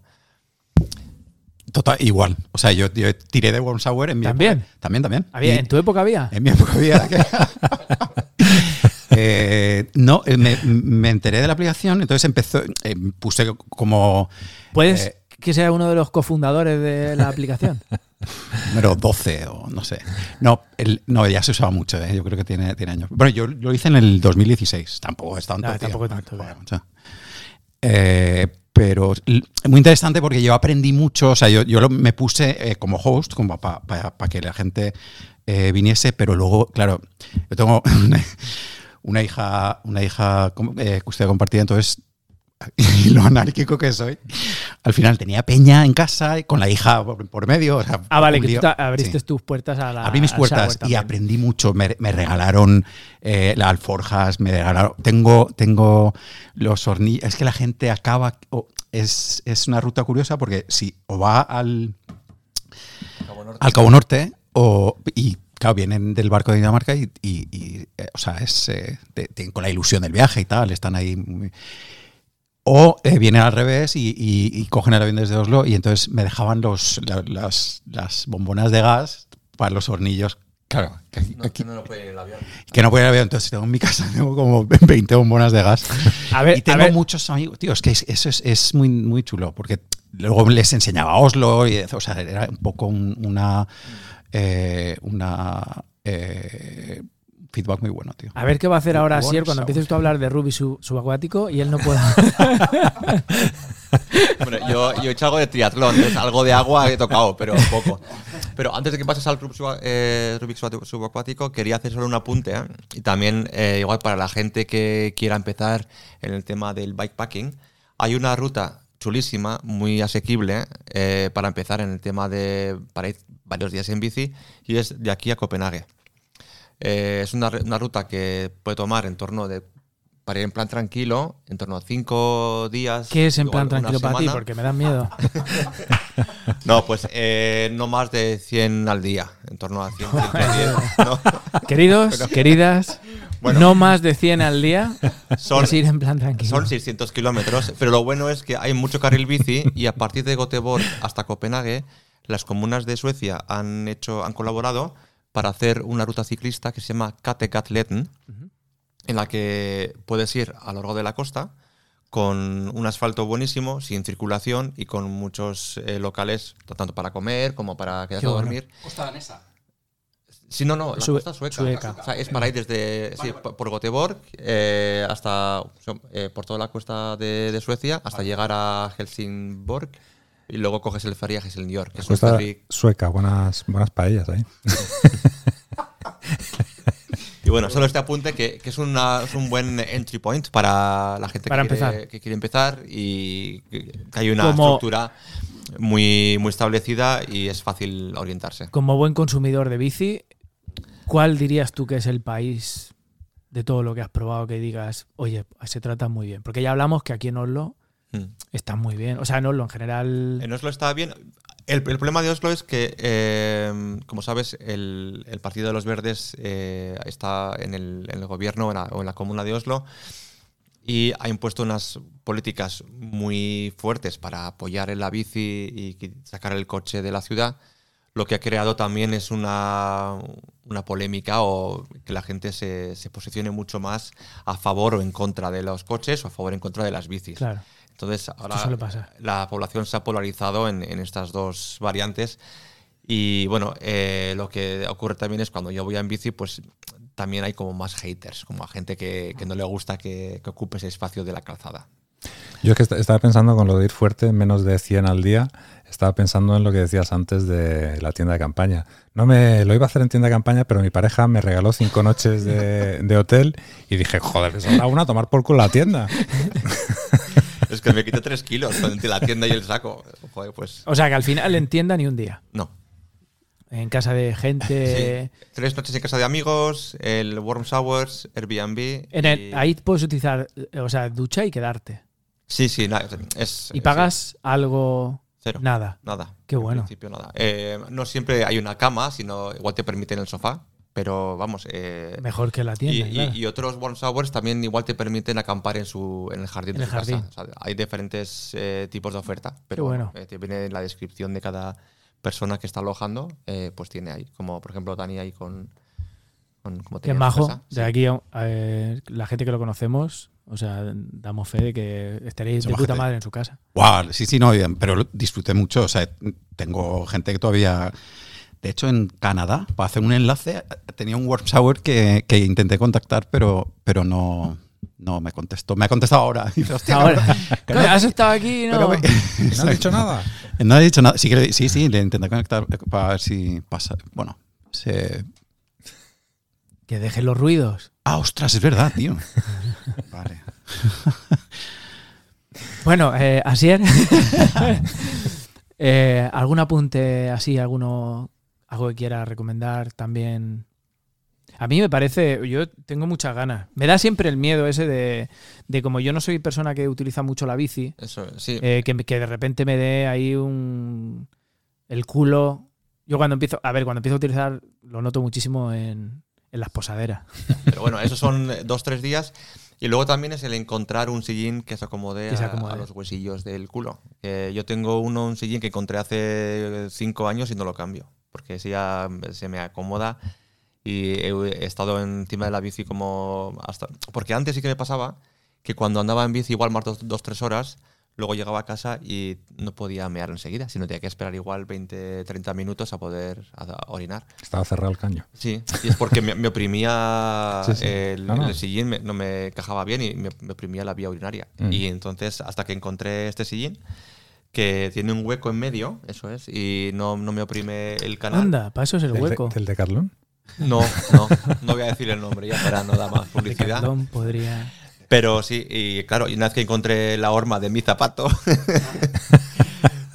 Total, igual. O sea, yo, yo tiré de Warm Sour en mi
¿También?
época. También, también.
Había,
Y
¿En tu época había?
En mi época había. que- Eh, no, eh, me, me enteré de la aplicación, entonces empezó, eh, puse como
¿Puedes
eh,
que sea uno de los cofundadores de la aplicación?
número 12 o no sé. No, el- no ya se usaba mucho, eh, yo creo que tiene, tiene años. Bueno, yo lo hice en el 2016, tampoco es tanto.
No,
tío.
tampoco es tanto,
Joder, macho. Eh, pero l- muy interesante porque yo aprendí mucho, o sea, yo, yo lo- me puse eh, como host como para que la gente eh, viniese, pero luego, claro, yo tengo una, una hija, una hija com- eh, custodia compartida, entonces y lo anárquico que soy, al final tenía peña en casa y con la hija por, por medio. o sea,
Ah, vale,
un
que tú
lío.
ta- abriste
Sí.
tus puertas a la.
Abrí mis
al
puertas
shower
y
también.
aprendí mucho. Me, me regalaron eh, las alforjas, me regalaron. Tengo, tengo los hornillos. Es que la gente acaba. o- es, es una ruta curiosa porque si o va al, al Cabo Norte o, y. Claro, vienen del barco de Dinamarca y, y- y, eh, o sea, es, eh, te- te- con la ilusión del viaje y tal, están ahí muy- o eh, vienen al revés y, y- y cogen el avión desde Oslo y entonces me dejaban los, la- las, las bombonas de gas para los hornillos. Claro, que, aquí-
lo puede el avión.
que no podía el avión. Entonces tengo en mi casa tengo como 20 bombonas de gas.
A ver,
y tengo
a ver,
muchos amigos. Tío, es que es- eso es, es muy, muy chulo porque luego les enseñaba Oslo y o sea, era un poco un- una... eh, una eh, feedback muy bueno, tío.
a ver qué va a hacer ahora
Warm
Sier cuando
shower.
empieces tú a hablar de Ruby sub- subacuático y él no pueda.
Hombre, yo, yo he hecho algo de triatlón, entonces algo de agua he tocado, pero poco. Pero antes de que pases al Rubik suba- eh, Rubik suba- subacuático, quería hacer solo un apunte. ¿eh? Y también, eh, igual para la gente que quiera empezar en el tema del bikepacking, hay una ruta chulísima, muy asequible, eh, para empezar en el tema de para ir varios días en bici, y es de aquí a Copenhague. Eh, es una, re- una ruta que puede tomar en torno de, para ir en plan tranquilo, en torno a cinco días.
¿Qué es en
igual
plan
una
tranquilo para ti?
semana.
Porque me dan miedo.
No, pues eh, no más de 100 al día, en torno a 100, 110. ¿no?
Queridos, queridas, no más de 100 al día.
Son-
es ir en plan tranquilo.
Son 600 kilómetros, pero lo bueno es que hay mucho carril bici y a partir de Göteborg hasta Copenhague, las comunas de Suecia han, hecho, han colaborado para hacer una ruta ciclista que se llama Kattegatleten, en la que puedes ir a lo largo de la costa con un asfalto buenísimo, sin circulación y con muchos eh, locales, tanto para comer como para quedarse
Qué
a
bueno.
dormir. Sí, no, no, la
Sue-
costa sueca.
sueca.
O sea, es para ir desde sí, por- por Göteborg eh, hasta eh, por toda la cuesta de, de Suecia hasta llegar a Helsingborg y luego coges el ferry a Helsingborg, que es un
Cuesta
ferry-
sueca, buenas, buenas paellas ahí.
Y bueno, solo este apunte que, que es, una- es un buen entry point para la gente
Para
que,
empezar.
Quiere, que quiere empezar y que que hay una
Como-
estructura muy, muy establecida y es fácil orientarse.
Como buen consumidor de bici, ¿cuál dirías tú que es el país de todo lo que has probado que digas, oye, se trata muy bien? Porque ya hablamos que aquí en Oslo
Mm.
está muy bien. O sea, en Oslo en general.
En Oslo está bien. El, el problema de Oslo es que, eh, como sabes, el, el Partido de los Verdes eh, está en el, en el gobierno o en la, o en la comuna de Oslo y ha impuesto unas políticas muy fuertes para apoyar en la bici y qui- sacar el coche de la ciudad. Lo que ha creado también es una, una polémica o que la gente se, se posicione mucho más a favor o en contra de los coches o a favor o en contra de las bicis.
Claro.
Entonces,
suele pasar.
ahora la población se ha polarizado en, en estas dos variantes. Y bueno, eh, lo que ocurre también es cuando yo voy en bici, pues también hay como más haters, como a gente que, que no le gusta que, que ocupe ese espacio de la calzada.
Yo es que est- estaba pensando con lo de ir fuerte, menos de 100 al día, estaba pensando en lo que decías antes de la tienda de campaña. No me lo iba a hacer en tienda de campaña, pero mi pareja me regaló cinco noches de, de hotel y dije, joder, que sobra una a tomar por culo la tienda.
Es que me quité tres kilos con entre la tienda y el saco. Joder, pues
O sea, que al final entienda ni un día.
no.
En casa de gente.
Sí. Tres noches en casa de amigos, el Warm Showers, Airbnb.
En el-
y-
ahí puedes utilizar, eh, o sea, ducha y quedarte.
Sí, sí, nada. es-
Y
es-
pagas algo.
Cero.
Nada.
Nada.
Qué
En
bueno.
principio nada. Eh, no siempre hay una cama, sino igual te permiten el sofá, pero vamos. eh,
Mejor que la
y,
tienda.
y-
claro.
y otros warm showers también igual te permiten acampar en su en el jardín
En
de
el
su casa.
jardín.
O sea, hay diferentes eh, tipos de oferta, pero
bueno.
bueno, eh, te viene en la descripción de cada persona que está alojando, eh, pues tiene ahí, como por ejemplo Dani ahí con, con como
Que
tenía
es
su
majo.
casa.
De aquí, a- a ver, la gente que lo conocemos, o sea, damos fe de que estaréis de
Somos
puta
gente.
madre en su casa.
Guau, sí, sí, no, bien, pero lo disfruté mucho. O sea, tengo gente que todavía. De hecho, en Canadá, para hacer un enlace, tenía un warm shower que, que intenté contactar, pero, pero no, no me contestó. Me ha contestado ahora. Y dice, "Hostia,
Ahora,
cabrón,
Coño, has estado aquí, ¿no?
pero me-
No has dicho nada.
Eh, No ha dicho nada. Sí, que le- sí, sí, le intenté conectar para ver si pasa. Bueno, se.
Que dejes los ruidos.
Ah, ostras, es verdad, tío. Vale.
Bueno, eh, Asier, eh, ¿algún apunte así, alguno, algo que quiera recomendar también? A mí me parece, yo tengo muchas ganas. Me da siempre el miedo ese de, de como yo no soy persona que utiliza mucho la bici,
Eso, sí.
eh, que, que de repente me dé ahí un el culo. Yo cuando empiezo, a ver, cuando empiezo a utilizar, lo noto muchísimo en, en las posaderas.
Pero bueno, esos son eh, dos, tres días. Y luego también es el encontrar un sillín que se acomode,
Que se
a-
acomode.
A, los huesillos del culo. Eh, yo tengo uno, un sillín que encontré hace eh, cinco años y no lo cambio, porque ese ya mm, se me acomoda y he, he estado encima de la bici como hasta... Porque antes sí que me pasaba que cuando andaba en bici igual más dos, dos tres horas, luego llegaba a casa y no podía mear enseguida, sino tenía que esperar igual 20, 30 minutos a poder a- a orinar.
Estaba cerrado el caño.
Sí, y es porque me, me oprimía
Sí, sí.
El,
No, no.
el sillín, me- no me encajaba bien y me, me oprimía la vía urinaria.
Mm.
Y entonces, hasta que encontré este sillín, que tiene un hueco en medio, eso es, y no, no me oprime el canal.
Anda, para eso es el
¿Del de-
hueco.
¿Del de Carlón?
No, no, no voy a decir el nombre ya para no dar más publicidad.
Decathlon podría...
Pero sí, y claro, y una vez que encontré la horma de mi zapato,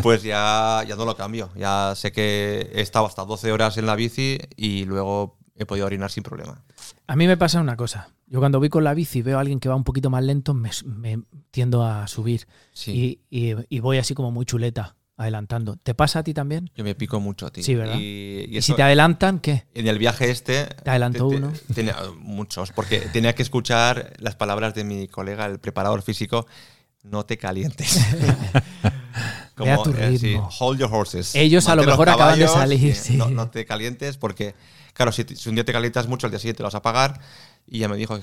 pues ya, ya no lo cambio. Ya sé que he estado hasta 12 horas en la bici y luego he podido orinar sin problema.
A mí me pasa una cosa. Yo cuando voy con la bici y veo a alguien que va un poquito más lento, me, me tiendo a subir.
Sí.
Y, y- y voy así como muy chuleta, adelantando. ¿Te pasa a ti también?
Yo me pico mucho, tío.
Sí, ¿verdad?
Y, y
Y, si
eso-
te adelantan, ¿qué?
en el viaje este.
Te adelantó
te- te-
uno.
tenía- muchos, porque tenía que escuchar las palabras de mi colega, el preparador físico: no te calientes. eh,
Ve a tu
sí,
ritmo.
hold your horses.
Ellos a lo
Mantén los
mejor acaban de salir,
sí, No,
sí.
no te calientes, porque, claro, si, te- si un día te calientas mucho, al día siguiente lo vas a pagar. Y ya me dijo,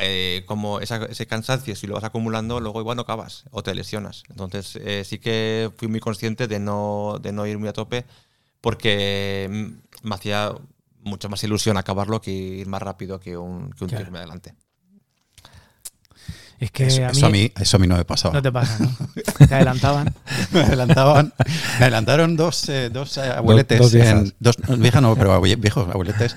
eh, como esa- ese cansancio, si lo vas acumulando, luego igual no acabas o te lesionas. Entonces, eh, sí que fui muy consciente de no, de no ir muy a tope, porque mm, me hacía mucha más ilusión acabarlo que ir más rápido que un, que un
Claro.
tirme adelante.
Es que a
eso,
mí,
eso a mí, eso a mí no me pasaba.
no te pasa, ¿no? Te adelantaban.
me adelantaban me adelantaron dos, eh, dos eh, abueletes
dos viejas.
en- dos- no, viejas no pero abue- viejos abueletes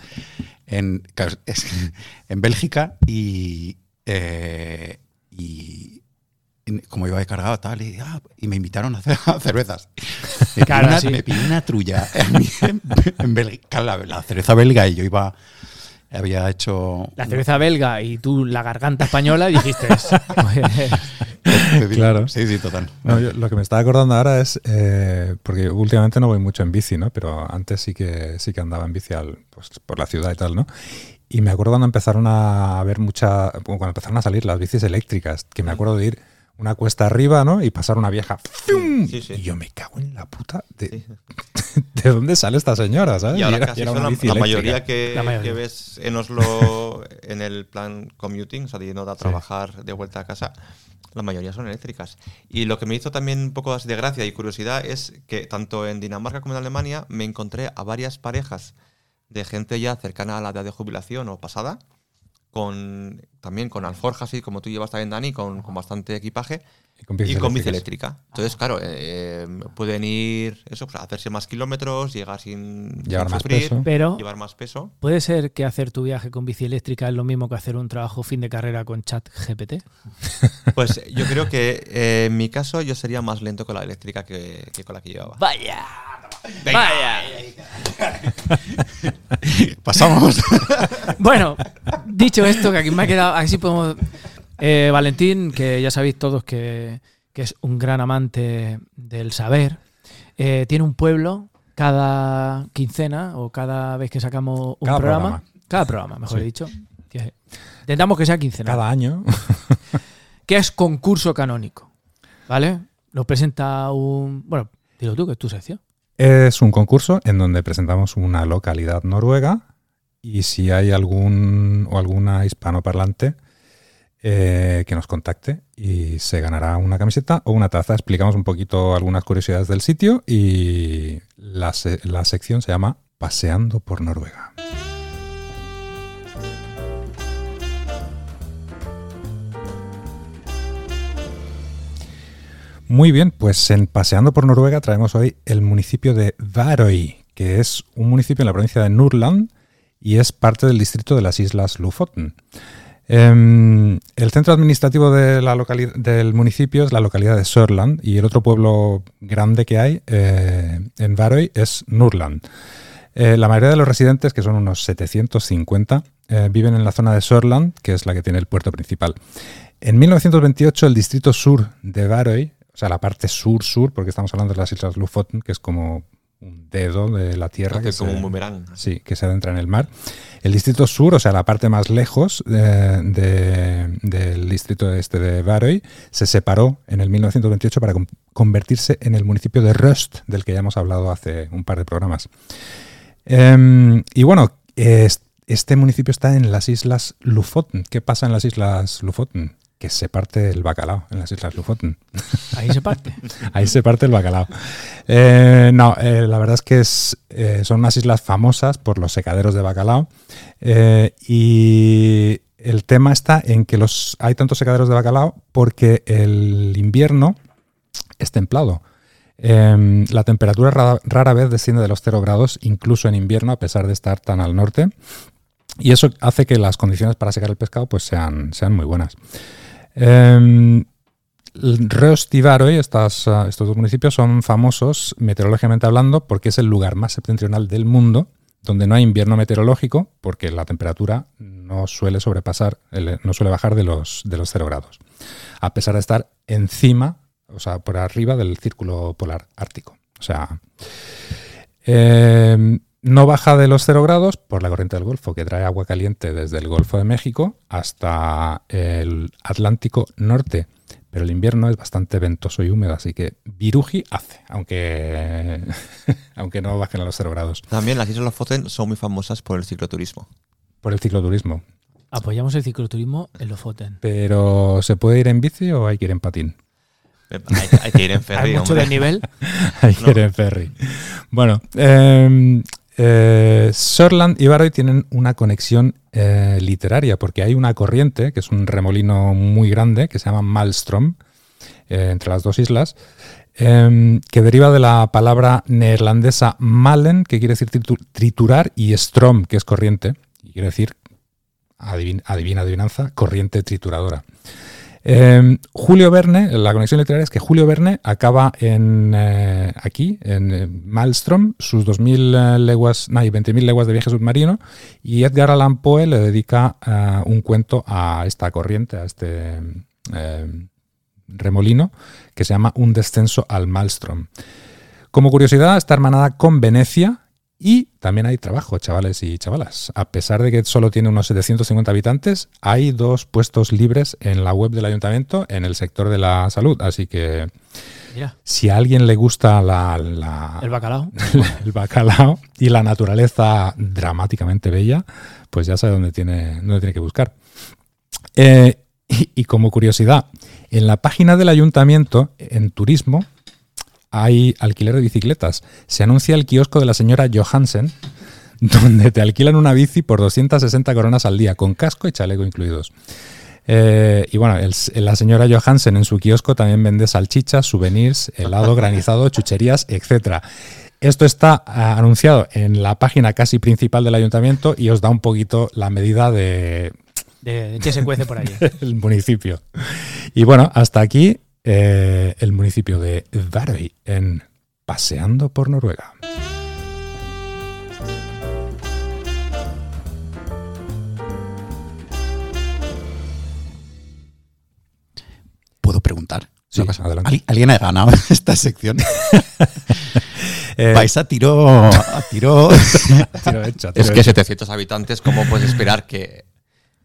en, claro, es- en Bélgica y eh, y y como iba descargado tal y, ah, y me invitaron a hacer cervezas me,
Claro,
pidió una,
sí.
me pidió una trulla a mí en, en Bélgica claro, la, la cerveza belga y yo iba había hecho
La cerveza belga y tú la garganta española, dijiste.
Claro.
sí sí total
No, yo lo que me estaba acordando ahora es, eh, porque últimamente no voy mucho en bici, ¿no? Pero antes sí que, sí que andaba en bici al- pues, por la ciudad y tal, ¿no? Y me acuerdo cuando empezaron a haber mucha, bueno, cuando empezaron a salir las bicis eléctricas, que me
Mm.
acuerdo de ir una cuesta arriba, ¿no? Y pasar una vieja. ¡fium!
Sí, sí.
Y yo me cago en la puta. ¿De, ¿de dónde sale esta señora? ¿sabes?
Y ahora
era-
casi
era
son
una
la,
bici
la
eléctrica.
mayoría que,
La mayoría.
que ves en Oslo en el plan commuting, saliendo a trabajar de vuelta a casa, la mayoría son eléctricas. Y lo que me hizo también un poco así de gracia y curiosidad es que tanto en Dinamarca como en Alemania me encontré a varias parejas de gente ya cercana a la edad de jubilación o pasada, con también con alforjas y como tú llevas también, Dani, con, con bastante equipaje
Y con bicis
y con bici
eléctricas.
eléctrica. Entonces, claro, eh, pueden ir, eso, pues, hacerse más kilómetros, llegar sin
Llevar
sin
más
sufrir,
peso.
Pero
llevar más peso.
puede ser que hacer tu viaje con bici eléctrica es lo mismo que hacer un trabajo fin de carrera con chat GPT.
Pues yo creo que eh, en mi caso yo sería más lento con la eléctrica que, que con la que llevaba.
Vaya. Vaya.
Pasamos.
Bueno, dicho esto, que aquí me ha quedado, así podemos... Eh, Valentín, que ya sabéis todos que, que es un gran amante del saber, eh, tiene un pueblo cada quincena o cada vez que sacamos un
Cada
programa,
programa.
Cada programa, mejor
Sí.
dicho. Que- Intentamos que sea quincena.
Cada año.
Que es concurso canónico. ¿Vale? Lo presenta un... Bueno, dilo tú, que es tu sección.
Es un concurso en donde presentamos una localidad noruega y si hay algún o alguna hispanoparlante eh, que nos contacte y se ganará una camiseta o una taza. Explicamos un poquito algunas curiosidades del sitio y la, se- la sección se llama Paseando por Noruega. Muy bien, pues en Paseando por Noruega traemos hoy el municipio de Varøy, que es un municipio en la provincia de Nurland y es parte del distrito de las Islas Lofoten. Em, el centro administrativo de la locali- del municipio es la localidad de Sørland y el otro pueblo grande que hay eh, en Varøy es Nurland. Eh, la mayoría de los residentes, que son unos 750, eh, viven en la zona de Sørland, que es la que tiene el puerto principal. En 1928 el distrito sur de Varøy, o sea, la parte sur-sur, porque estamos hablando de las Islas Lofoten, que es como un dedo de la tierra.
Hace
que
como
se-
un boomerang.
Sí, que se adentra en el mar. El distrito sur, o sea, la parte más lejos eh, de- del distrito este de Varøy, se separó en el 1928 para con- convertirse en el municipio de Røst, del que ya hemos hablado hace un par de programas. Em, y bueno, es- este municipio está en las islas Lufoten. ¿Qué pasa en las islas Lufoten? Que se parte el bacalao en las islas Lufoten.
Ahí se parte.
Ahí se parte el bacalao. Eh, no, eh, la verdad es que es, eh, son unas islas famosas por los secaderos de bacalao. eh, y el tema está en que los, hay tantos secaderos de bacalao porque el invierno es templado. Em, la temperatura rara, rara vez desciende de los 0 grados, incluso en invierno, a pesar de estar tan al norte. Y eso hace que las condiciones para secar el pescado pues, sean, sean muy buenas. Em, Røst y Varøy, estas, ah, estos dos municipios, son famosos meteorológicamente hablando porque es el lugar más septentrional del mundo donde no hay invierno meteorológico porque la temperatura no suele sobrepasar, el- no suele bajar de los, de los 0 grados, a pesar de estar encima, o sea, por arriba del círculo polar ártico. O sea, eh, no baja de los 0 grados por la corriente del Golfo, que trae agua caliente desde el Golfo de México hasta el Atlántico Norte. Pero el invierno es bastante ventoso y húmedo, así que viruji hace, aunque, aunque no bajen a los 0 grados.
También las Islas Lofoten son muy famosas por el cicloturismo.
Por el cicloturismo.
Apoyamos el cicloturismo en Lofoten.
Pero ¿se puede ir en bici o hay que ir en patín?
Hay, hay que ir en ferry,
Hay mucho
hombre.
de nivel.
Hay que ir en ferry. Bueno, eh, eh, Sørland y Barøy tienen una conexión eh, literaria porque hay una corriente, que es un remolino muy grande, que se llama Malmström, eh, entre las dos islas, eh, que deriva de la palabra neerlandesa malen, que quiere decir tritu- triturar, y strom, que es corriente, y quiere decir, adivin- adivina, adivinanza, corriente trituradora. Eh, Julio Verne, la conexión literaria es que Julio Verne acaba en eh, aquí, en eh, Malmström, sus 2.000 eh, leguas, no, y 20.000 leguas de viaje submarino, y Edgar Allan Poe le dedica eh, un cuento a esta corriente, a este eh, remolino, que se llama Un descenso al Malmström. Como curiosidad, está hermanada con Venecia y también hay trabajo, chavales y chavalas. A pesar de que solo tiene unos 750 habitantes, hay dos puestos libres en la web del ayuntamiento en el sector de la salud. Así que
Mira,
si a alguien le gusta la- la-
el bacalao.
el bacalao y la naturaleza dramáticamente bella, pues ya sabe dónde tiene, dónde tiene que buscar. Eh, y, y como curiosidad, en la página del ayuntamiento, en turismo, hay alquiler de bicicletas. Se anuncia el kiosco de la señora Johansen, donde te alquilan una bici por 260 coronas al día, con casco y chaleco incluidos. Eh, y bueno, el- la señora Johansen en su kiosco también vende salchichas, souvenirs, helado granizado, chucherías, etcétera. Esto está ah, anunciado en la página casi principal del ayuntamiento y os da un poquito la medida de,
De que se cuece por allí.
el municipio. Y bueno, hasta aquí eh, el municipio de Varøy en Paseando por Noruega.
¿Puedo preguntar?
Sí,
No pasa nada.
adelante.
¿Al- ¿Alguien ha ganado esta sección?
Eh,
Vais a tiro. A tiro.
tiro hecho, tiro
Es que
hecho.
700 habitantes, ¿cómo puedes esperar que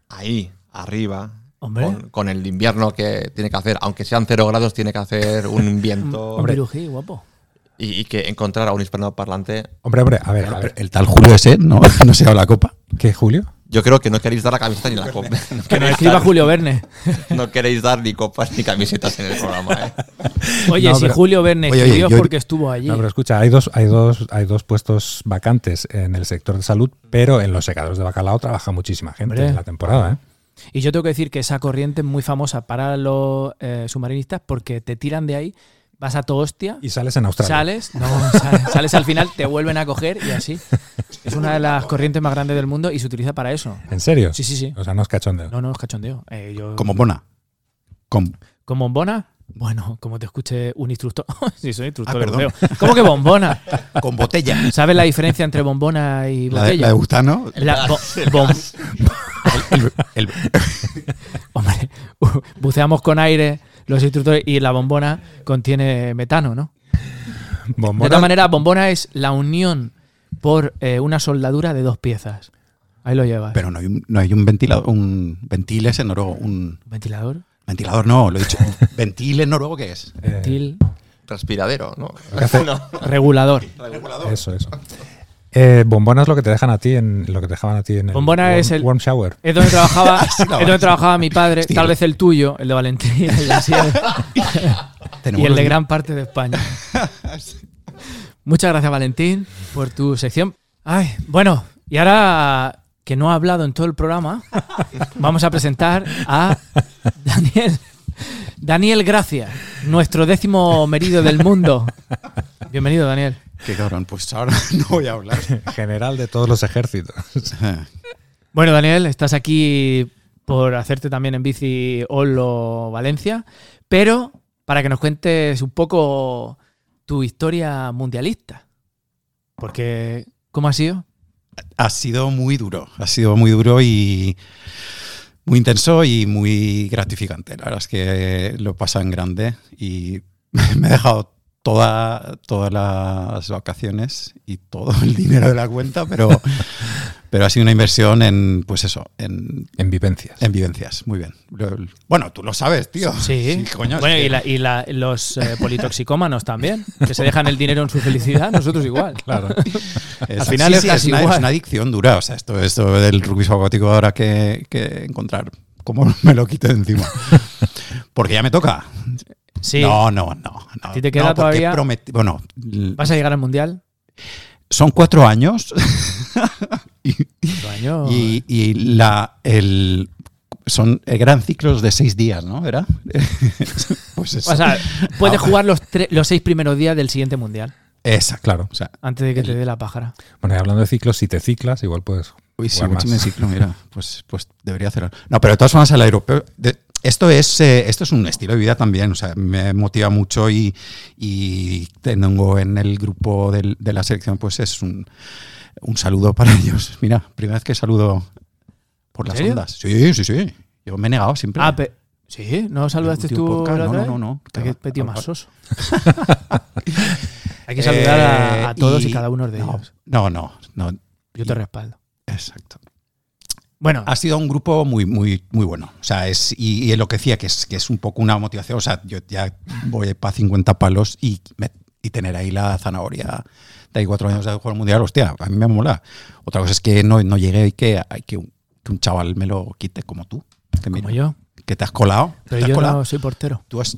ahí, arriba,
Hombre.
Con, con el invierno que tiene que hacer, aunque sean cero grados, tiene que hacer un viento
Un virují, guapo.
y, y que encontrar a un hispanoparlante.
Hombre, hombre, a ver, a ver.
El tal Julio ese no, no se ha dado la copa.
¿Qué, Julio?
Yo creo que no queréis dar la camiseta ni la copa. No
Que nos
queréis,
escriba
dar,
Julio Verne.
no queréis dar ni copas ni camisetas en el programa. ¿eh?
Oye,
No,
si
pero-
Julio Verne
Oye, oye,
escribió es
yo-
porque estuvo allí.
No, pero escucha, hay dos, hay, dos, hay dos puestos vacantes en el sector de salud, pero en los secadores de bacalao trabaja muchísima gente
Hombre.
en la temporada. ¿eh?
Y yo tengo que decir que esa corriente es muy famosa para los eh, submarinistas porque te tiran de ahí, vas a todo hostia,
Y sales en Australia.
sales, no, sales, sales al final, te vuelven a coger y así. Es una de las corrientes más grandes del mundo y se utiliza para eso.
¿En serio?
Sí, sí, sí.
O sea, no es cachondeo.
No, no, es cachondeo. Eh, yo-
Como Bona. Con,
¿Con bombona? Bueno, como te escuche un instructor. sí, soy instructor
Ah, perdón.
europeo. ¿Cómo que bombona?
con botella.
¿Sabes la diferencia entre bombona y
La de,
botella?
la de Gustano.
La bo- bom-
El- el-
Hombre, buceamos con aire los instructores y la bombona contiene metano, ¿no?
Bombona-
De otra manera, bombona es la unión por eh, una soldadura de dos piezas. Ahí lo llevas.
pero no hay un, no hay un ventilador. Un ventiles en noruego. Un
Ventilador,
ventilador, no, lo he dicho. ¿Ventil en noruego qué es?
eh,
ventil,
Respiradero, ¿no? No.
regulador.
Eso, eso. Eh, bombona es lo que te dejan a ti en lo que te dejaban a ti en el
Bombona
warm-
es el-
warm shower.
Es donde trabajaba, es
la
donde
vas.
trabajaba mi padre,
Hostia.
tal vez el tuyo, el de Valentín, el de Asier, y
Tenemos
el de
los-
gran parte de España. Muchas gracias, Valentín, por tu sección. Ay, bueno, y ahora que no ha hablado en todo el programa, vamos a presentar a Daniel. Daniel Gracia, nuestro décimo merido del mundo. Bienvenido, Daniel.
Qué cabrón, pues ahora no voy a hablar.
General de todos los ejércitos.
Bueno, Daniel, estás aquí por hacerte también en bici Olo Valencia, pero para que nos cuentes un poco tu historia mundialista. Porque, ¿cómo ha sido?
ha sido muy duro, ha sido muy duro y muy intenso y muy gratificante. La verdad es que lo pasa en grande y me he dejado toda, todas las vacaciones y todo el dinero de la cuenta, pero, pero ha sido una inversión en, pues eso, en,
En vivencias.
en vivencias. Muy bien. Lo- lo- Bueno, tú lo sabes, tío.
Sí,
coño, es
bueno,
que-
y, la- y la- los eh, politoxicómanos también, que se dejan el dinero en su felicidad, nosotros igual.
Claro.
Es-
Al final es casi
una,
igual.
una adicción dura. O sea, esto, esto del rugby acuático habrá que, que encontrar cómo me lo quite de encima. Porque ya me toca.
Sí,
No, no, no. no.
¿A ti te queda
No, porque
todavía?
prometí- bueno, l-
vas a llegar al mundial.
son cuatro años
Otro año.
y, y la, el, son eh, eran ciclos de seis días, ¿no? ¿Era? pues eso.
o sea,
Ah,
puedes jugar los, tre- los seis primeros días del siguiente mundial,
Exacto.
Claro.
O sea,
antes de que te dé la pájara.
Bueno, y hablando de ciclos, si te ciclas, igual puedes.
Uy, sí,
jugar
mucho
más.
me ciclo, mira, pues, pues debería hacerlo. No, pero de todas formas el europeo de- esto, es, eh, esto es un estilo de vida también, o sea, me motiva mucho y, y tengo en el grupo del- de la selección, pues es un, un saludo para ellos. Mira, primera vez que saludo por las
serio?
ondas. Sí, sí, sí. Yo me he negado siempre.
Ah, pe- sí, ¿no saludaste
Tío,
tú?
podcast,
la
no,
otra
no, no,
vez?
no.
Hay que pedir más
Claro.
soso. Hay que saludar a-
Eh,
a, todos y, cada uno de
no,
ellos.
No, no, no,
Yo te respaldo.
exacto.
Bueno,
Ha sido un grupo muy, muy, muy bueno. O sea, es, y, y lo que decía, que es, que es un poco una motivación. O sea, yo ya voy para 50 palos y, me- y tener ahí la zanahoria de ahí cuatro años de jugar al mundial, hostia, a mí me mola. Otra cosa es que no, no llegué y que, ay, que, un, que un chaval me lo quite como tú. Que,
como
mira,
yo.
que te has colado. te
Pero
has
yo
colado.
no soy portero.
Tú has-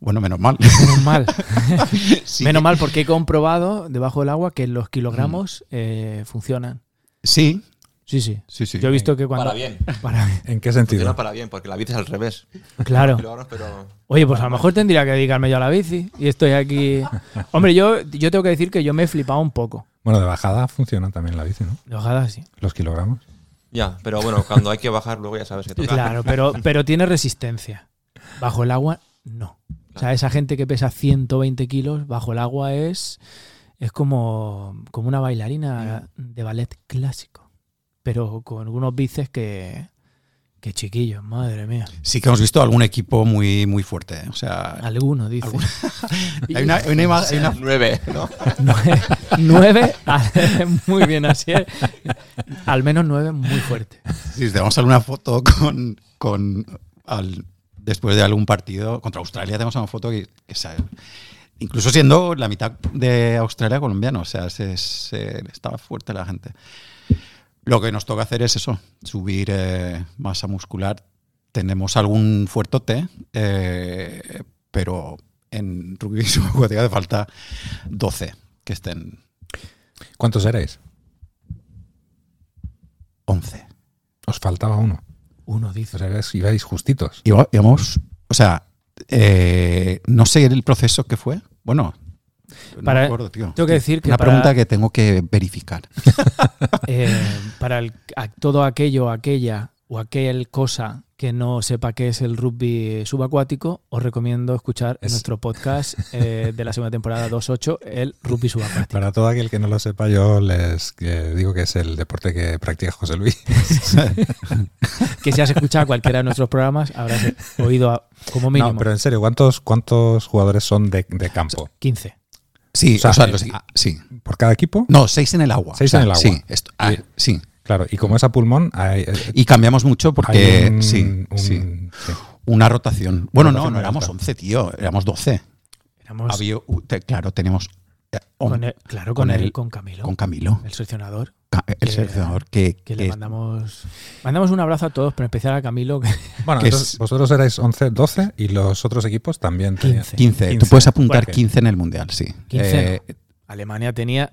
Bueno, menos mal.
Menos mal.
Sí.
Menos mal, porque he comprobado debajo del agua que los
Mm.
kilogramos eh, funcionan.
Sí,
Sí, sí.
sí, sí.
Yo he visto que cuando.
Para bien.
Para bien.
¿En
Funciona
qué sentido?
para bien, porque la vida es al revés.
Claro.
Kilogramos, pero.
Oye, pues a lo mejor tendría que dedicarme yo a la bici. Y estoy aquí. Hombre, yo, yo tengo que decir que yo me he flipado un poco.
Bueno, de bajada funciona también la bici, ¿no?
De bajada sí.
Los kilogramos.
Ya, pero bueno, cuando hay que bajar, luego ya sabes que toca.
Claro, pero, pero tiene resistencia. Bajo el agua, no. O sea, esa gente que pesa 120 kilos, bajo el agua es, es como, como una bailarina
Mm.
de ballet clásico. Pero con unos bíceps que, que chiquillos, madre mía.
Sí que hemos visto algún equipo muy, muy fuerte. ¿eh? O sea,
Alguno dice.
hay una, hay una ima- hay una-
Nueve, ¿no?
Nueve- nueve, muy bien, así es. Al menos nueve, muy fuerte.
sí, tenemos alguna foto con, con al- después de algún partido contra Australia. Tenemos una foto que, que sale- incluso siendo la mitad de Australia colombiano, o sea, se, se- estaba fuerte la gente. Lo que nos toca hacer es eso, subir eh, masa muscular. Tenemos algún fuertote, eh, pero en rugby subacuático hace falta 12 que estén
¿Cuántos erais?
11.
Os faltaba uno.
Uno dice.
O sea, erais- ibais justitos.
Iba- Íbamos, o sea, eh, no sé el proceso que fue. Bueno, no
Para-
me acuerdo, tío.
tengo que decir que
Una
para-
pregunta que tengo que verificar.
Eh, para el- a todo aquello, aquella o aquel cosa que no sepa qué es el rugby subacuático, os recomiendo escuchar
Es-
nuestro podcast eh, de la segunda temporada 2.8, el rugby subacuático.
Para todo aquel que no lo sepa, yo les eh, digo que es el deporte que practica José Luis.
Que si has escuchado cualquiera de nuestros programas, habrás oído a- como mínimo
No, pero en serio, ¿cuántos, cuántos jugadores son de, de campo?
15.
Sí,
O sea,
o sea,
eh,
los-
ah,
sí.
¿Por cada equipo?
No, seis en el agua.
Seis
O sea,
en el agua.
Sí, esto- ah, sí.
Claro, y como es a pulmón, hay, eh,
Y cambiamos mucho porque
hay un-
sí,
un-
sí.
sí.
una rotación. Bueno, no,
rotación
no
muy
éramos
alta.
11, tío, éramos 12.
Éramos
Había, u- te- claro, tenemos eh,
Pues- con
on-
el- claro,
con
con, el,
el-
con Camilo,
con Camilo,
el seleccionador,
ca- el
que-
seleccionador que,
que
que-
le mandamos mandamos un abrazo a todos, pero en especial a Camilo. que-
Bueno,
Que
entonces
es-
vosotros erais 11, 12 y los otros equipos también tenían
15.
15. Tú
15.
puedes apuntar
Bueno,
15 en el mundial, sí.
15,
Eh,
Alemania tenía.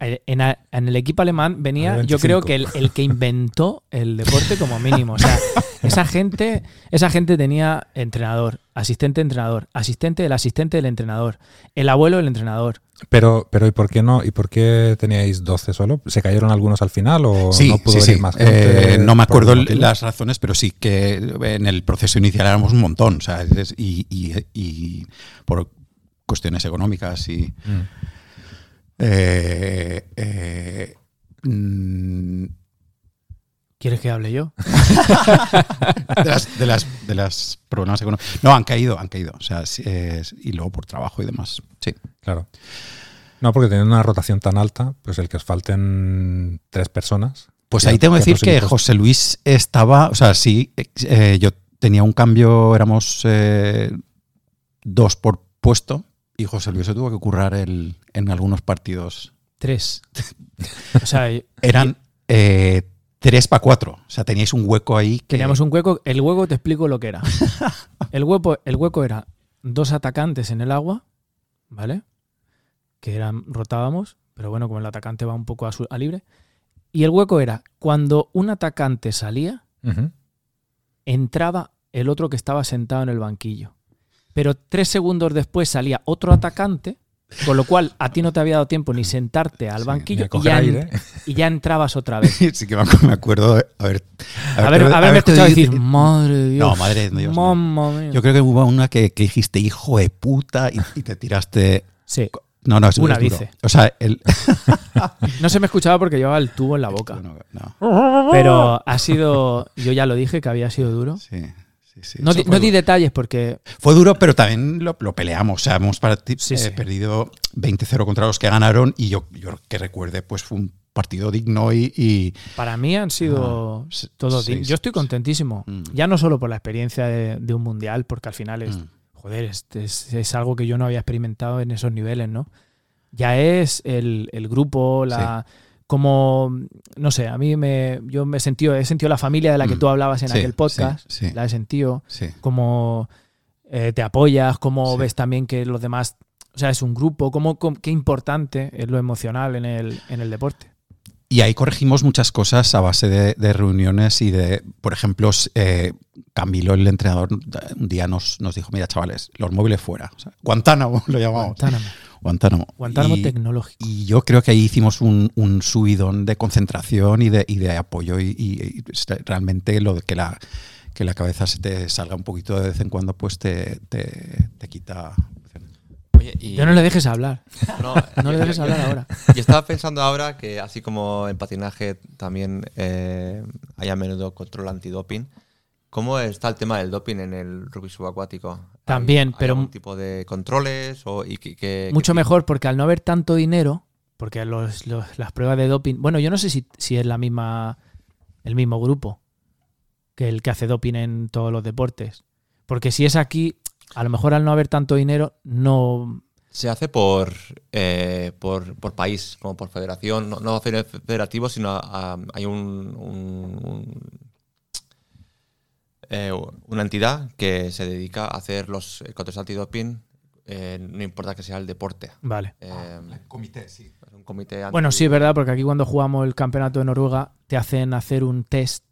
eh, En, a- en el equipo alemán venía,
Había
yo creo
25.
que el, el que inventó el deporte como mínimo. O sea, esa gente, esa gente tenía entrenador, asistente entrenador, asistente del asistente del entrenador, el abuelo del entrenador.
Pero, pero ¿y por qué no? ¿Y por qué teníais 12 solo? ¿Se cayeron algunos al final o
Sí,
no pudo
sí, sí.
venir más
Eh,
gente
no me
por
acuerdo
algún motivo?
las razones, pero sí que en el proceso inicial éramos un montón. o sea, es- y, y- y por cuestiones económicas y.
Mm.
eh, eh, mm,
¿Quieres que hable yo?
de las, de las, de las problemas económicos. No, han caído, han caído. O sea, sí, eh, y luego por trabajo y demás. Sí.
Claro. No, porque teniendo una rotación tan alta, pues el que os falten tres personas.
Pues
Ya,
ahí tengo
ya
que decir
los
que
equipos-
José Luis estaba, o sea, sí, eh, yo tenía un cambio, éramos eh, dos por puesto y José Luis se tuvo que currar el, en algunos partidos.
Tres. O sea,
Eran eh, tres para cuatro, o sea, teníais un hueco ahí que...
teníamos un hueco. El hueco te explico lo que era. El hueco, el hueco era dos atacantes en el agua, ¿vale? Que eran, rotábamos, pero bueno, como el atacante va un poco a, su- a libre. Y el hueco era cuando un atacante salía,
Ujú.
entraba el otro que estaba sentado en el banquillo. Pero tres segundos después salía otro atacante, con lo cual a ti no te había dado tiempo ni sentarte al
Sí,
banquillo
ni a
y
coger
ya,
aire.
en- y ya entrabas otra vez.
sí que me acu- me acuerdo, de- a ver...
A ver,
haberte-
haberme
haberte
escuchado
dicho-
decir, madre de Dios.
No, madre de Dios, no.
Mamma mía.
Yo creo que hubo una que, que dijiste, hijo de puta, y, y te tiraste...
Sí.
No, no, es
Una
es duro.
dice.
O sea, el...
No se me escuchaba porque llevaba el tubo en la boca.
No, no,
Pero ha sido, yo ya lo dije que había sido duro.
sí, sí, sí.
No,
Eso
di,
fue
no
duro.
di detalles porque
Fue duro, pero también lo, lo peleamos. O sea, hemos parti-
Sí,
eh,
sí.
perdido 20-0 contra los que ganaron y yo, yo que recuerde, pues fue un partido digno y... y-
para mí han sido
Ah, se-
todos.
seis,
dignos. Yo estoy contentísimo.
Mm.
Ya no solo por la experiencia de, de un mundial, porque al final es,
Mm.
joder, es, es- es algo que yo no había experimentado en esos niveles, ¿no? Ya es el, el grupo, la. Como, no sé, a mí me, yo me he sentido, he sentido la familia de la que
Mm.
tú hablabas en
Sí,
aquel podcast,
sí, sí.
la he sentido,
sí.
como eh, te apoyas, cómo
Sí.
ves también que los demás, o sea, es un grupo, cómo, cómo- qué importante es lo emocional en el, en el deporte.
Y ahí corregimos muchas cosas a base de, de reuniones y de, por ejemplo, s- eh, Camilo, el entrenador, un día nos, nos dijo, mira chavales, los móviles fuera. O sea, Guantánamo lo llamamos.
Guantánamo,
Guantánamo.
Guantánamo
Y-
tecnológico.
Y yo creo que ahí hicimos un, un subidón de concentración y de, y de apoyo y, y- y se- realmente lo de que la, que la cabeza se te salga un poquito de vez en cuando pues te, te, te quita...
Oye, y-
Yo no le dejes hablar,
no,
no le
yo-
dejes
yo-
hablar ahora.
Y estaba pensando ahora que así como en patinaje también eh, hay a menudo control antidoping, ¿cómo está el tema del doping en el rugby subacuático? ¿Hay-
También,
hay
pero-
algún tipo de controles o y que, que-
Mucho
Eh, que-
mejor porque al no haber tanto dinero, porque los- los- las pruebas de doping, bueno, yo no sé si, si es la misma, el mismo grupo que el que hace doping en todos los deportes. Porque si es aquí, a lo mejor al no haber tanto dinero, no...
Se hace por, eh, por, por país, como por federación, no, no feder- federativo, sino ah, hay un, un- un- eh, una entidad que se dedica a hacer los eh, controles antidoping, eh, no importa que sea el deporte.
Vale.
Eh,
Ah, Comité, sí.
es un comité anti-
Bueno, sí, es verdad, porque aquí cuando jugamos el campeonato de Noruega te hacen hacer un test,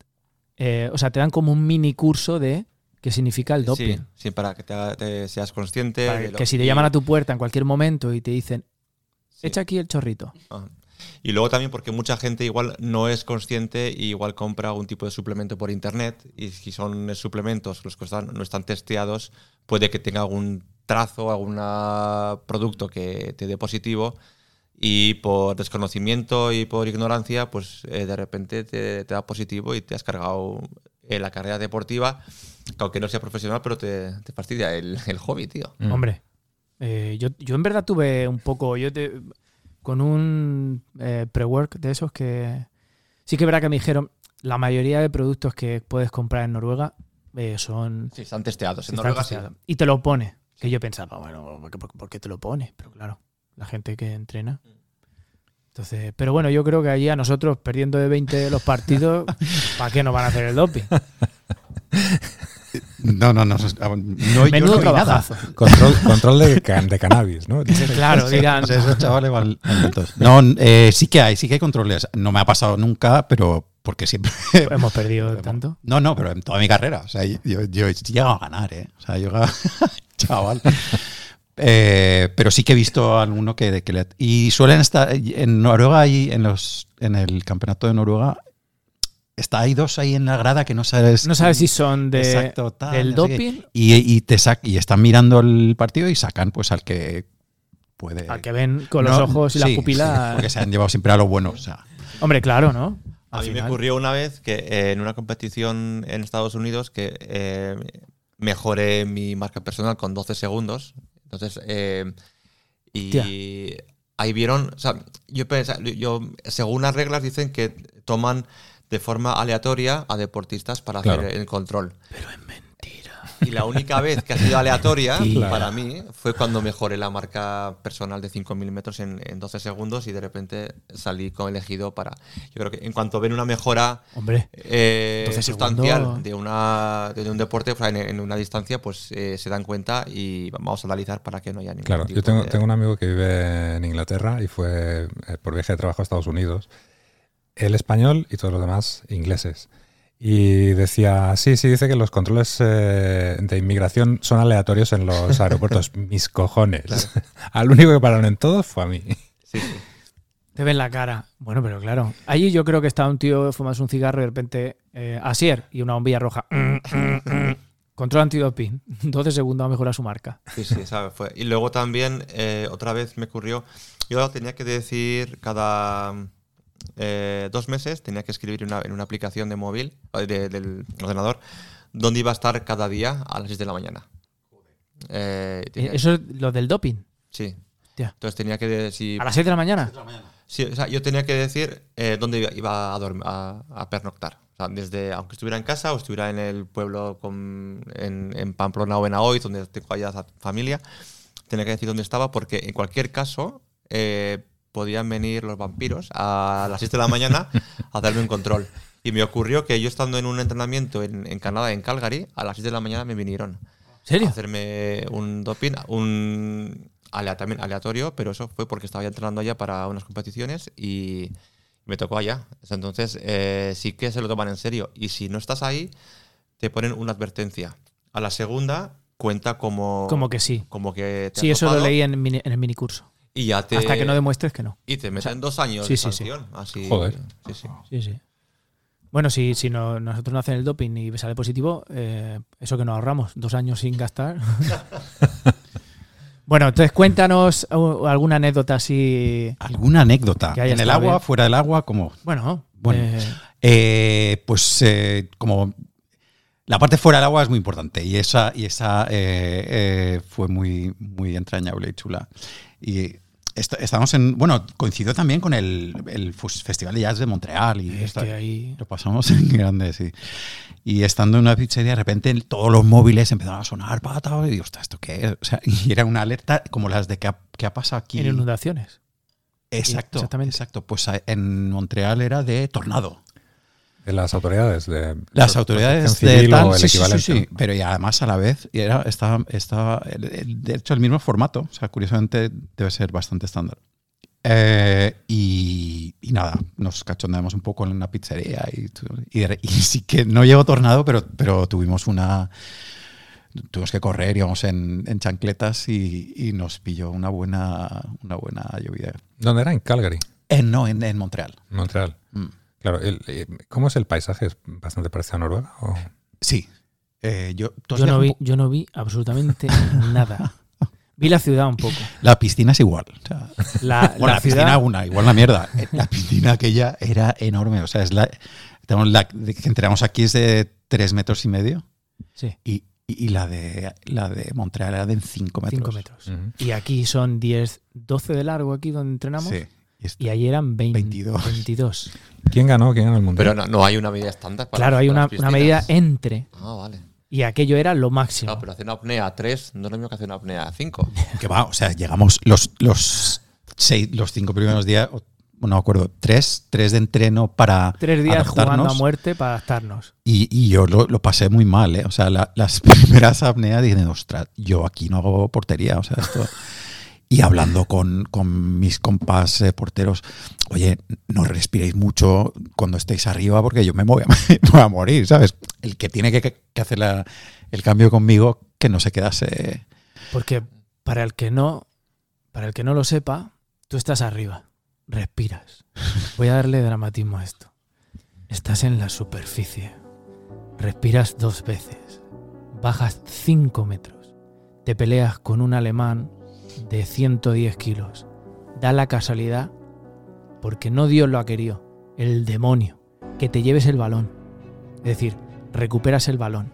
eh, o sea, te dan como un mini curso de qué significa el
Sí,
doping.
sí, para que te, haga- te seas consciente.
Para
de
que,
lo-
que si te
y-
llaman a tu puerta en cualquier momento y te dicen,
sí.
echa aquí el chorrito.
Ah. Y luego también porque mucha gente igual no es consciente y igual compra un tipo de suplemento por internet y si son eh, suplementos los que están- no están testeados, puede que tenga algún trazo, algún producto que te dé positivo y por desconocimiento y por ignorancia, pues eh, de repente te, te da positivo y te has cargado eh, la carrera deportiva, que aunque no sea profesional, pero te, te fastidia el, el hobby, tío.
Mm.
Hombre, eh, yo, yo en verdad tuve un poco, yo te- con un eh, pre-work de esos que... Sí que es verdad que me dijeron, la mayoría de productos que puedes comprar en Noruega eh, son
Sí, están testeados.
Sí,
En
está
Noruega sí.
asociado. Y te lo pone. Que yo pensaba, bueno, ¿por qué, por- por qué te lo pone? Pero claro, la gente que entrena. Entonces, pero bueno, yo creo que allí a nosotros, perdiendo de 20 de los partidos, ¿para qué nos van a hacer el doping?
No, no, no. No, no, yo no
Menudo
vi nada.
trabajazo.
Control, control de, can- de cannabis, ¿no?
Claro, dirán.
O sea, esos chavales van- van lentos. No, eh, sí que hay, sí que hay controles. No me ha pasado nunca, pero porque siempre.
Hemos perdido tanto.
No, no, pero en toda mi carrera. O sea, yo, yo he llegado a ganar, ¿eh? O sea, yo he llegado- chaval. Eh, pero sí que he visto alguno que, que le- y suelen estar en Noruega y en los en el campeonato de Noruega está hay dos ahí en la grada que no sabes
No sabes si son de,
Exacto, tal,
del
no sé qué.
doping,
y, y te sac- y están mirando el partido y sacan pues al que puede
al que ven con los
No,
ojos y las
sí, sí,
pupilas.
porque se han llevado siempre a lo bueno. O sea,
Hombre, claro, ¿no?
A
Al
mí me
final.
ocurrió una vez que eh, en una competición en Estados Unidos que eh, mejoré mi marca personal con 12 segundos. Entonces, eh, y
Tía.
ahí vieron, o sea, yo, pensa- yo, según las reglas dicen que toman de forma aleatoria a deportistas para
Claro.
hacer el control. Pero es mentira. Y la única vez que ha sido aleatoria
Mentira.
para mí fue cuando mejoré la marca personal de 5 milímetros en, en 12 segundos y de repente salí con elegido para... Yo creo que en cuanto ven una mejora
Hombre,
eh,
12 segundos.
sustancial de, una, de un deporte o sea, en, en una distancia, pues eh, se dan cuenta y vamos a analizar para que no haya ningún
Claro, yo
tipo
tengo,
de-
tengo un amigo que vive en Inglaterra y fue eh, por viaje de trabajo a Estados Unidos. Él español y todos los demás ingleses. Y decía, sí, sí, dice que los controles eh, de inmigración son aleatorios en los aeropuertos. Mis cojones. Al único que pararon en todos fue a mí.
Sí, sí.
te ven la cara. Bueno, pero claro. Allí yo creo que está un tío fumas un cigarro y de repente eh, Asier y una bombilla roja. Control antidoping. 12 segundos a mejorar su marca.
Sí, sí, esa fue. Y luego también, eh, otra vez me ocurrió, yo tenía que decir cada eh, dos meses, tenía que escribir una- en una aplicación de móvil, eh, de- del ordenador, dónde iba a estar cada día a las 6 de la mañana. Eh,
Eh,
tenía-
Eso es lo del doping.
Sí.
Hostia.
Entonces tenía que decir...
A las 6 de la mañana.
Sí, o sea, yo tenía que decir eh, dónde iba, iba a, dorm- a, a pernoctar. O sea, desde, aunque estuviera en casa o estuviera en el pueblo con- en, en Pamplona o en Aoiz, donde tengo allá fa- familia, tenía que decir dónde estaba porque en cualquier caso eh, podían venir los vampiros a las 6 de la mañana a darme un control. Y me ocurrió que yo estando en un entrenamiento en, en Canadá, en Calgary, a las 6 de la mañana me vinieron.
serio?
hacerme un doping, un alea- también aleatorio, pero eso fue porque estaba ya entrenando allá para unas competiciones y me tocó allá. Entonces eh, sí que se lo toman en serio. Y si no estás ahí, te ponen una advertencia. A la segunda cuenta como...
Como que sí.
Como que te
Sí,
has
eso lo
dopado
leí en, mini- en el minicurso.
Y ya te...
Hasta que no demuestres que no.
Y te meten dos años
sí,
de
sí, sí.
sanción. Así,
Joder.
Sí, sí.
Sí, sí. Bueno, si, si no, nosotros no hacen el doping y sale positivo, eh, eso que nos ahorramos, dos años sin gastar. bueno, entonces cuéntanos uh, alguna anécdota así.
¿Alguna anécdota?
Que haya
¿En el
estado
agua?
bien.
¿Fuera del agua? como
Bueno,
Bueno.
eh,
Eh, pues eh, como la parte fuera del agua es muy importante y esa, y esa eh, eh, fue muy, muy entrañable y chula. Y est- estamos en, bueno, coincidió también con el, el Fus- Festival de Jazz de Montreal y
es
esta-
que ahí-
lo pasamos en grande, sí. Y estando en una pizzería, de repente todos los móviles empezaron a sonar, pata, y digo, "Hostia, ¿esto qué es? O sea, y era una alerta como las de que ha, que ha pasado aquí.
en inundaciones.
Exacto,
Exactamente.
exacto. Pues a- en Montreal era de tornado.
De las autoridades. De,
Las
de
autoridades
protección
de
civil
tal,
o el
sí, sí, sí,
equivalente,
sí,
¿no?
pero y además a la vez y era estaba, estaba el- el- de hecho el mismo formato, o sea, curiosamente debe ser bastante estándar. Eh, y, y nada, nos cachondeamos un poco en una pizzería y, tu- y de re- y sí que no llegó tornado, pero, pero tuvimos una tuvimos que correr, íbamos en, en chancletas y, y nos pilló una buena una buena lluvia.
¿Dónde era? En Calgary,
Eh, no, en, en Montreal.
Montreal.
Mm.
Claro, el- eh, ¿cómo es el paisaje? ¿Es bastante parecido a Noruega? o?
Sí. Eh, yo, ¿tú has
Yo no,
viajado un
vi,
po-
yo no vi absolutamente nada. Vi la ciudad un poco.
La piscina es igual. o sea,
La, Ah,
Bueno,
la
la, piscina
ciudad-
una, igual la mierda. Eh, La piscina aquella era enorme. O sea, es la, tenemos la de que entramos aquí es de tres metros y medio
sí,
y, y- y la, de, la de Montreal era de 5 metros. Mm.
5 metros.
Ujú.
Y aquí son 10, 12 de largo aquí donde entrenamos.
Sí. Y es-
Y allí eran 20,
22.
22.
¿Quién ganó? ¿Quién ganó el mundial?
Pero no, no hay una medida estándar para
Claro,
las-
hay
para
una,
las
una medida
piscinas.
entre.
Ah, vale.
Y aquello era lo máximo.
Ah,
Claro, pero hacer una apnea 3 no es lo mismo que hacer una apnea 5.
Que va, o sea, llegamos los, los, seis, los cinco primeros días, o- no me acuerdo, tres, tres de entreno para
Tres días jugando a
adaptarnos.
muerte para adaptarnos.
Y, y yo lo, lo pasé muy mal, ¿eh? O sea, la- las primeras apneas dije, ostras, yo aquí no hago portería, o sea, esto... Y hablando con, con mis compas eh, porteros, oye, no respiréis mucho cuando estéis arriba porque yo me voy a, me voy a morir, ¿sabes? El que tiene que, que hacer la- el cambio conmigo, que no se quedase...
Porque para el que no, para el que no lo sepa, tú estás arriba. Respiras. Voy a darle dramatismo a esto. Estás en la superficie. Respiras dos veces. Bajas 5 metros. Te peleas con un alemán de 110 kilos. Da la casualidad, porque no Dios lo ha querido, el demonio, que te lleves el balón. Es decir, recuperas el balón.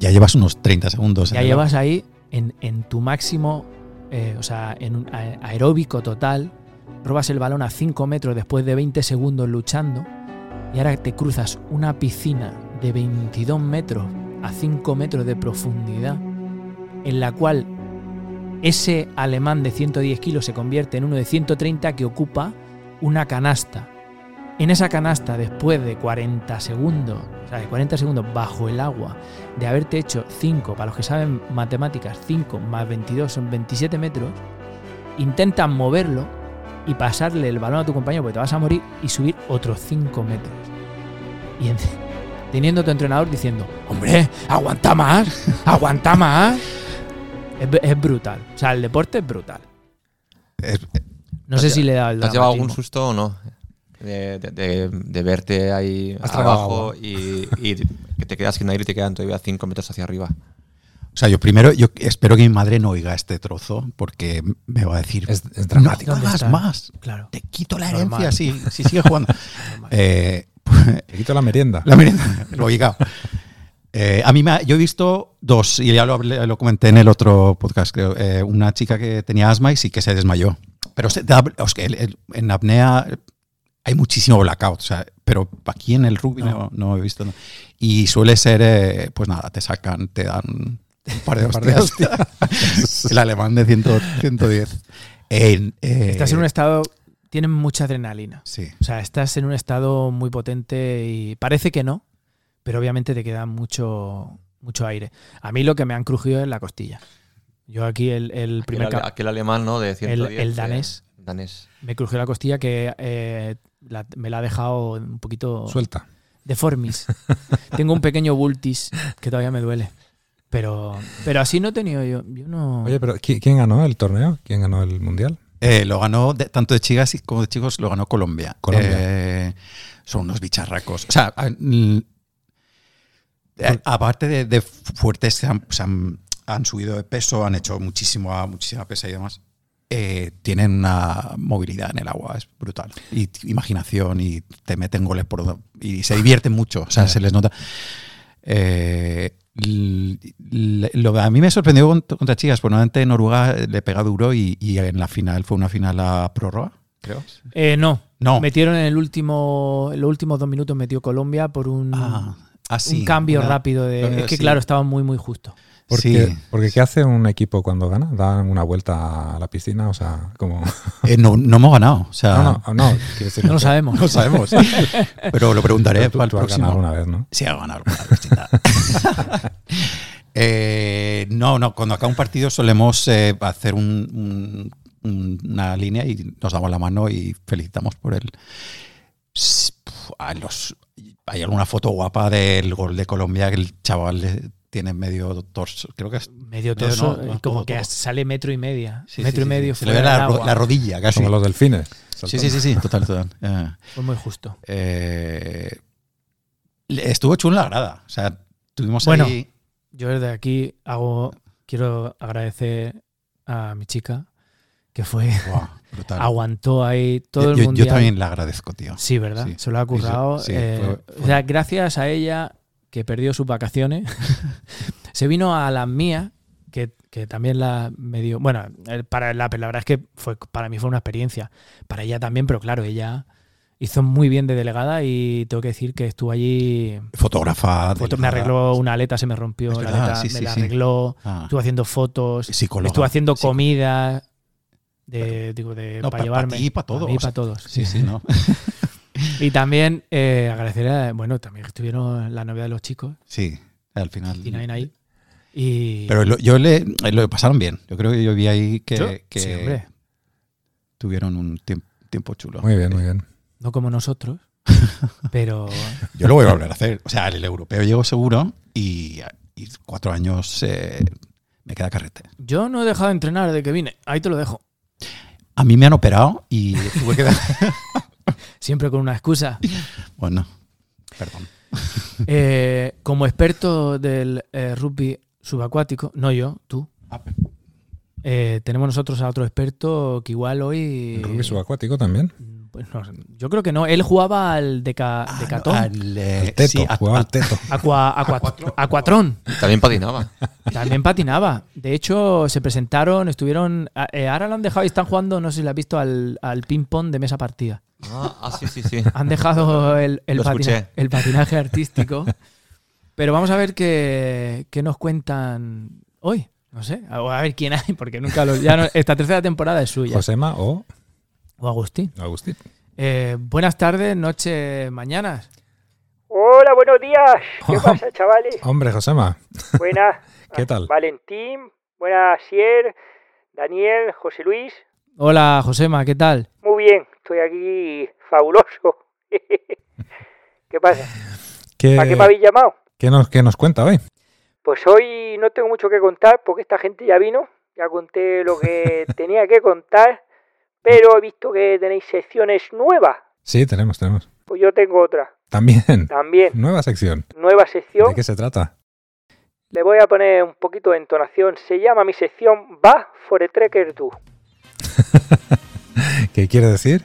Ya llevas unos 30 segundos. pues, en
Ya
el-
llevas ahí en, en tu máximo, eh, o sea, en un a- aeróbico total, robas el balón a 5 metros después de 20 segundos luchando y ahora te cruzas una piscina de 22 metros a 5 metros de profundidad en la cual ese alemán de 110 kilos se convierte en uno de 130 que ocupa una canasta. En esa canasta, después de 40 segundos, o sea, de 40 segundos bajo el agua, de haberte hecho 5, para los que saben matemáticas, 5 más 22 son 27 metros, intentas moverlo y pasarle el balón a tu compañero porque te vas a morir y subir otros 5 metros. Y en- teniendo tu entrenador diciendo, hombre, aguanta más, aguanta más. Es, br- es brutal. O sea, el deporte es brutal.
Es-
No sé si le da el
¿Te has llevado algún
dramatismo.
susto o no? De, de- de- de verte ahí
Has tragado
abajo
agua.
y, y que te quedas sin aire y te quedan todavía 5 metros hacia arriba.
O sea, yo primero, yo espero que mi madre no oiga este trozo porque me va a decir...
Es- es dramático.
No,
¿Dónde
hagas
está?
más.
Claro.
Te quito la
Normal.
herencia si, si sigues jugando. Eh,
Te quito la merienda.
la merienda, lo he llegado. Eh, a mí me ha- yo he visto dos, y ya lo, hablé- lo comenté en el otro podcast, creo. eh, una chica que tenía asma y sí que se desmayó. Pero se- da- os que el- el- en apnea hay muchísimo blackout, o sea, pero aquí en el rugby no, no he visto. no. Y suele ser, eh, pues nada, te sacan, te dan un par de
Un par de
hostias. el alemán de 100 110. En, eh,
Estás en un estado, tienen mucha adrenalina.
Sí.
O sea, estás en un estado muy potente y parece que no, pero obviamente te queda mucho, mucho aire. A mí lo que me han crujido es la costilla. Yo aquí el, el
Aquel,
primer
ale-
cap
aquel alemán, ¿no? De 110.
el danés.
eh, danés.
me crujió la costilla que eh, la- me la ha dejado un poquito
Suelta.
deformis. Tengo un pequeño bultis que todavía me duele. Pero, pero así no he tenido yo. Yo no.
Oye, pero ¿qui- ¿quién ganó el torneo? ¿Quién ganó el mundial?
Eh, lo ganó de- tanto de chicas y- como de chicos, lo ganó Colombia.
Colombia.
Eh, son unos bicharracos. O sea, a- l- eh, aparte de, de fuertes, se han, se han- han subido de peso, han hecho muchísimo, muchísima pesa y demás. eh, tienen una movilidad en el agua, es brutal. Y t- imaginación, y te meten goles por. do- Y se divierten mucho, o sea, se les nota. Eh, l- l- lo que a mí me sorprendió cont- contra, chicas, pues normalmente Noruega le pega duro y, y en la final fue una final a prórroga, creo.
Eh, no.
No.
Metieron en el último. En los últimos dos minutos metió Colombia por un,
así.
un cambio rápido de. Es que claro, estaba muy, muy justo.
Porque, porque ¿qué hace un equipo cuando gana? ¿Dan una vuelta a la piscina? O sea, como...
eh, no, no hemos ganado, o sea,
No, no, no. quiero decir
No lo
que-
sabemos.
Ah. no sabemos. Pero lo preguntaré
Pero tú,
para el
tú has
próximo.
ganado una vez, ¿no?
Sí, ha ganado alguna vez, chica. Eh, no, no, cuando acaba un partido solemos eh, hacer un- un- una línea y nos damos la mano y felicitamos por él. S- puf, a los- hay alguna foto guapa del gol de Colombia que el chaval eh, tiene medio torso, creo que es...
Medio
No, no,
torso.
no,
eh, como
todo,
que
todo.
sale metro y media.
sí,
metro
sí,
y
sí,
medio.
sí. Se le ve
fuera del
la, ro-
agua.
la rodilla casi.
Como los delfines.
Ah, Sí, sí, sí, sí, total, total. Eh.
Fue muy justo.
Eh, le- estuvo chulo en la grada. O sea, tuvimos
Bueno.
ahí.
Yo desde aquí hago. Quiero agradecer a mi chica que fue.
Buah, brutal.
Aguantó ahí todo el
yo, yo-
mundial.
yo también le agradezco, tío.
Sí, ¿verdad?
Sí.
Se lo ha currado.
Sí,
eh,
fue- fue-
O sea, gracias a ella, que perdió sus vacaciones, se vino a las mías, que, que también la medio. Bueno, eh, para la, la verdad es que fue, para mí fue una experiencia. Para ella también, pero claro, ella hizo muy bien de delegada y tengo que decir que estuvo allí.
Fotógrafa.
foto- me
delegada,
arregló una aleta, se me rompió
Es
la
verdad,
aleta,
sí,
me
sí,
la
sí.
arregló.
ah,
Estuvo haciendo fotos,
psicóloga.
estuvo haciendo
psico-
comida. De, digo, de, para
No, pa- pa
llevarme.
ti y pa todos.
mí y para todos.
Sí, sí, no.
Y también eh, agradecer, a- bueno, también estuvieron la novedad de los chicos,
Ah, Sí, al final.
Tinain ahí. Y
Pero lo, yo le, lo pasaron bien. Yo creo que yo vi ahí que,
Yo-
que
sí, hombre,
tuvieron un tiemp- tiempo, chulo.
Muy bien, muy bien.
no como nosotros, pero
Yo lo voy a volver a hacer. O sea, el europeo llego seguro y, y cuatro años eh, me queda carrete.
yo no he dejado de entrenar desde que vine, ahí te lo dejo.
A mí me han operado y tuve que dar.
Siempre con una excusa.
Bueno, perdón.
Eh, como experto del eh, rugby subacuático, no yo, tú,
Ah,
eh, tenemos nosotros a otro experto que igual hoy...
Eh,
¿El rugby subacuático también?
Pues no, yo creo que no, él jugaba al deca, decatón,
Ah, Al, eh,
El teto,
sí, a-
jugaba
a-
al teto.
aqua- aqua- aquatrón.
También patinaba.
También patinaba. De hecho, se presentaron, estuvieron. a- eh, ahora lo han dejado y están jugando, no sé si lo has visto, al, al ping-pong de mesa partida.
Ah, ah, sí, sí, sí.
Han dejado el, el
Lo
patina-
escuché.
el patinaje artístico. Pero vamos a ver qué, qué nos cuentan hoy. No sé. A a ver quién hay, porque nunca lo. ya no- esta tercera temporada es suya.
Josema o
O Agustín.
Agustín.
Eh, buenas tardes, noches, mañanas.
Hola, buenos días. ¿Qué pasa, chavales?
Hombre, Josema.
Buenas.
¿Qué tal?
Valentín, buenas, Sier, Daniel, José Luis.
Hola, Josema, ¿qué tal?
Muy bien, estoy aquí fabuloso. ¿Qué pasa?
¿Qué,
¿Para qué me habéis llamado?
qué nos, qué nos cuenta hoy?
Pues hoy no tengo mucho que contar porque esta gente ya vino, ya conté lo que tenía que contar, pero he visto que tenéis secciones nuevas.
Sí, tenemos, tenemos.
Pues yo tengo otra
También,
también,
nueva sección.
nueva
Mm. ¿De
sección.
qué se trata?
Le voy a poner un poquito de entonación. Se llama mi sección Va for a Trekker Do.
¿Qué quiere decir?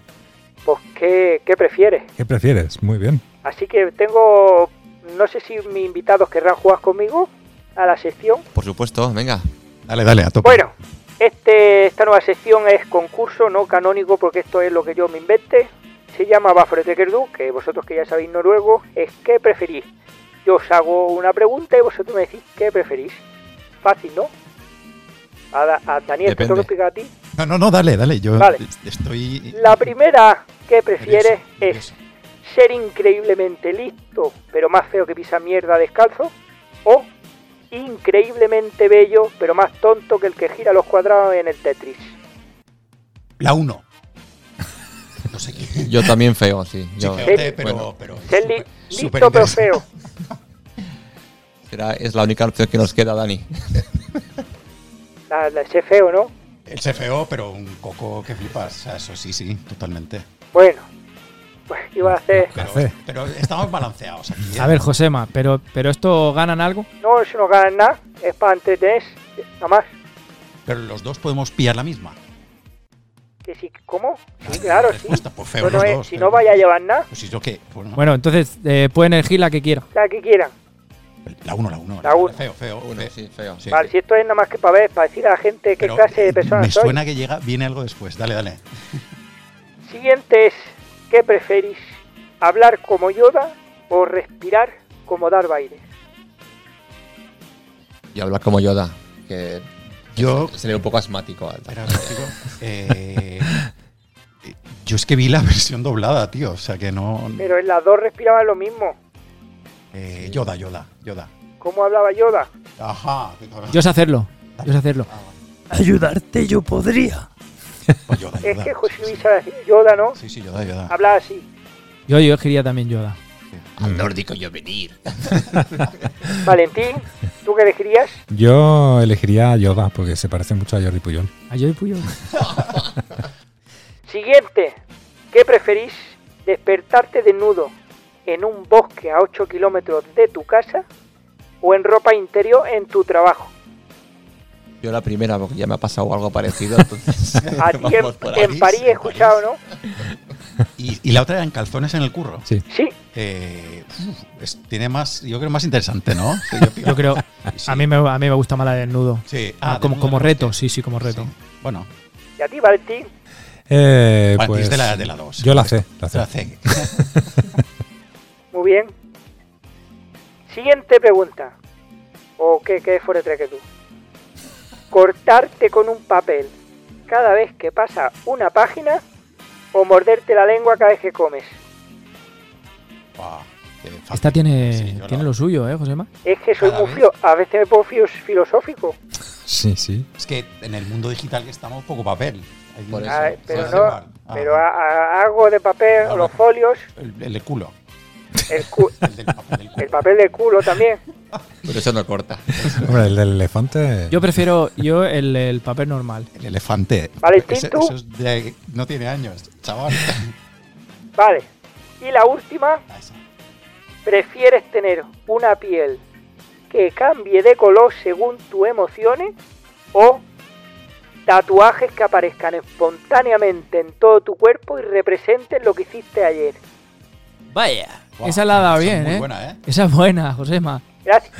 Pues, ¿qué, qué prefieres?
¿Qué prefieres? Muy bien.
Así que tengo. No sé si mis invitados querrán jugar conmigo a la sección.
Por supuesto, venga.
Dale, dale, a tope.
Bueno, este, esta nueva sección es concurso, no canónico, porque esto es lo que yo me invente. Se llama Bafretekerdu, que vosotros que ya sabéis noruego, es ¿qué preferís? Yo os hago una pregunta y vosotros me decís ¿qué preferís? Fácil, ¿no? A, Da- a Daniel, te tengo
Depende.
que explicar a ti.
No, no, no, dale, dale. Yo
Vale.
est- estoy.
La primera que prefieres
Nervioso, nervioso.
es ser increíblemente listo, pero más feo que pisa mierda descalzo, o increíblemente bello, pero más tonto que el que gira los cuadrados en el Tetris.
La 1. No sé qué.
Yo también feo, sí. Yo-
feo.
Feote, eh, pero,
bueno.
pero
Ser li-
súper- súper
listo pero
interesante.
feo.
será- es la única opción que nos queda, Dani.
La, la- ese feo, ¿no?
El CFO, pero un coco que flipas. O sea, eso sí, sí, totalmente.
Bueno, pues iba a hacer.
Pero,
Café.
pero estamos balanceados aquí. ¿eh?
A ver, Josema, pero, pero esto ganan algo.
No, eso no gana nada, es para entretener, nada más.
Pero los dos podemos pillar la misma.
Que sí, ¿Cómo? Sí, claro, sí.
Respuesta, pues feo
No, no
los
es-
dos,
si
feo.
no vaya a llevar nada,
Pues si yo qué. Pues no.
Bueno, entonces eh, pueden elegir la que quieran.
la que quieran.
La 1, la 1.
La uno.
Feo, feo.
Uno,
feo.
sí, feo.
Sí.
Vale, si esto es nada más que para ver, para decir a la gente qué
Pero eh,
clase de persona
Me
soy.
suena que llega, viene algo después. Dale, dale.
Siguiente es, ¿qué preferís? ¿Hablar como Yoda o respirar como Darth Vader?
Y habla como Yoda, que
Yo.
se le ve un poco asmático. al-
Espera, digo, eh, yo es que vi la versión doblada, tío. O sea que no.
Pero en las dos respiraban lo mismo.
eh, Yoda, Yoda, Yoda.
¿Cómo hablaba Yoda?
Ajá.
Yo sé hacerlo. Yo sé hacerlo.
Ayudarte yo podría.
Pues Yoda, Yoda.
Es que José
Sí,
Luis Ah. era Yoda, ¿no?
Sí, sí, Yoda, Yoda.
Hablaba así.
Yo, yo elegiría también Yoda.
Al nórdico yo venir.
Valentín, ¿tú qué elegirías?
Yo elegiría a Yoda porque se parece mucho a Jordi Puyol.
A Joy Puyol.
Siguiente, ¿qué preferís? ¿Despertarte desnudo en un bosque a 8 kilómetros de tu casa o en ropa interior en tu trabajo?
Yo la primera, porque ya me ha pasado algo parecido, entonces.
A ti en,
vamos por
en
ahí.
París he escuchado, ¿no?
Y, y la otra eran calzones en el curro.
Sí.
Sí,
Eh, uf, es- tiene más, yo creo más interesante, ¿no? Sí, yo,
Yo creo.
Sí.
A mí me, a mí me gusta más la de desnudo.
Sí.
Ah,
Ah,
como,
desnudo,
como
¿no?
reto, sí, sí, como reto.
Sí. Bueno,
y a ti, Valentín.
Eh,
para ti
pues,
es de la, de la 2.
Yo la C. La C.
La C.
Muy bien. Siguiente pregunta. ¿O qué, qué fue que tú? ¿Cortarte con un papel cada vez que pasa una página o morderte la lengua cada vez que comes?
Buah, qué fácil.
Esta tiene,
Sí, yo
tiene
la-
lo suyo, ¿eh, Josema?
Es que soy
Cada
muy
vez.
fio, a veces me pongo fio- filosófico.
Sí, sí.
Es que en el mundo digital que estamos, poco papel. Hay-
Por eso.
Ah,
sí,
pero
sí,
no,
sí. Ah.
pero a- a- hago de papel
Vale.
los folios,
El, el de culo.
el, cu-
El del papel del
el
culo.
papel del culo también.
Pero eso no corta.
Hombre, el del elefante.
Yo prefiero yo el, el papel normal.
El elefante.
Vale,
Ese-
Tintu.
eso es de- no tiene años, chaval.
Vale. Y la última,
Ah, esa.
¿Prefieres tener una piel que cambie de color según tus emociones o tatuajes que aparezcan espontáneamente en todo tu cuerpo y representen lo que hiciste ayer?
Vaya.
Buah,
Esa la ha dado
esa es
bien,
muy
¿eh?
buena, ¿eh?
Esa es buena, Josema.
Gracias.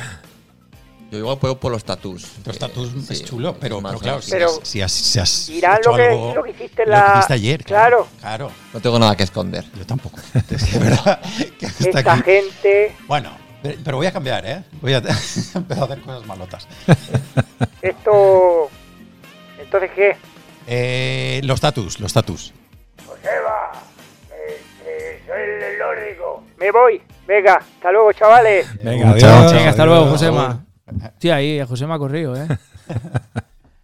Yo igual puedo por los tatús.
Los
eh,
tatus
sí,
es chulo, pero,
más
pero claro,
grande.
si
Pero-
has, si has, si has
Dirán
hecho
lo que,
algo-
lo que hiciste en
lo que
la...
hiciste ayer.
Claro.
Claro,
No tengo nada que esconder.
yo tampoco. Es que, verdad que hasta
Esta
aquí-
gente,
Bueno, pero pero voy a cambiar, ¿eh? Voy a empezar a hacer cosas malotas.
esto... Entonces, ¿qué?
Eh, los tatus, los tatus.
eh, Soy el nórdico. Me voy. Venga, hasta luego, chavales.
Venga,
Chao,
adiós.
Venga, hasta luego,
Adiós.
Josema. Hostia, ahí, Josema ha corrido, ¿eh?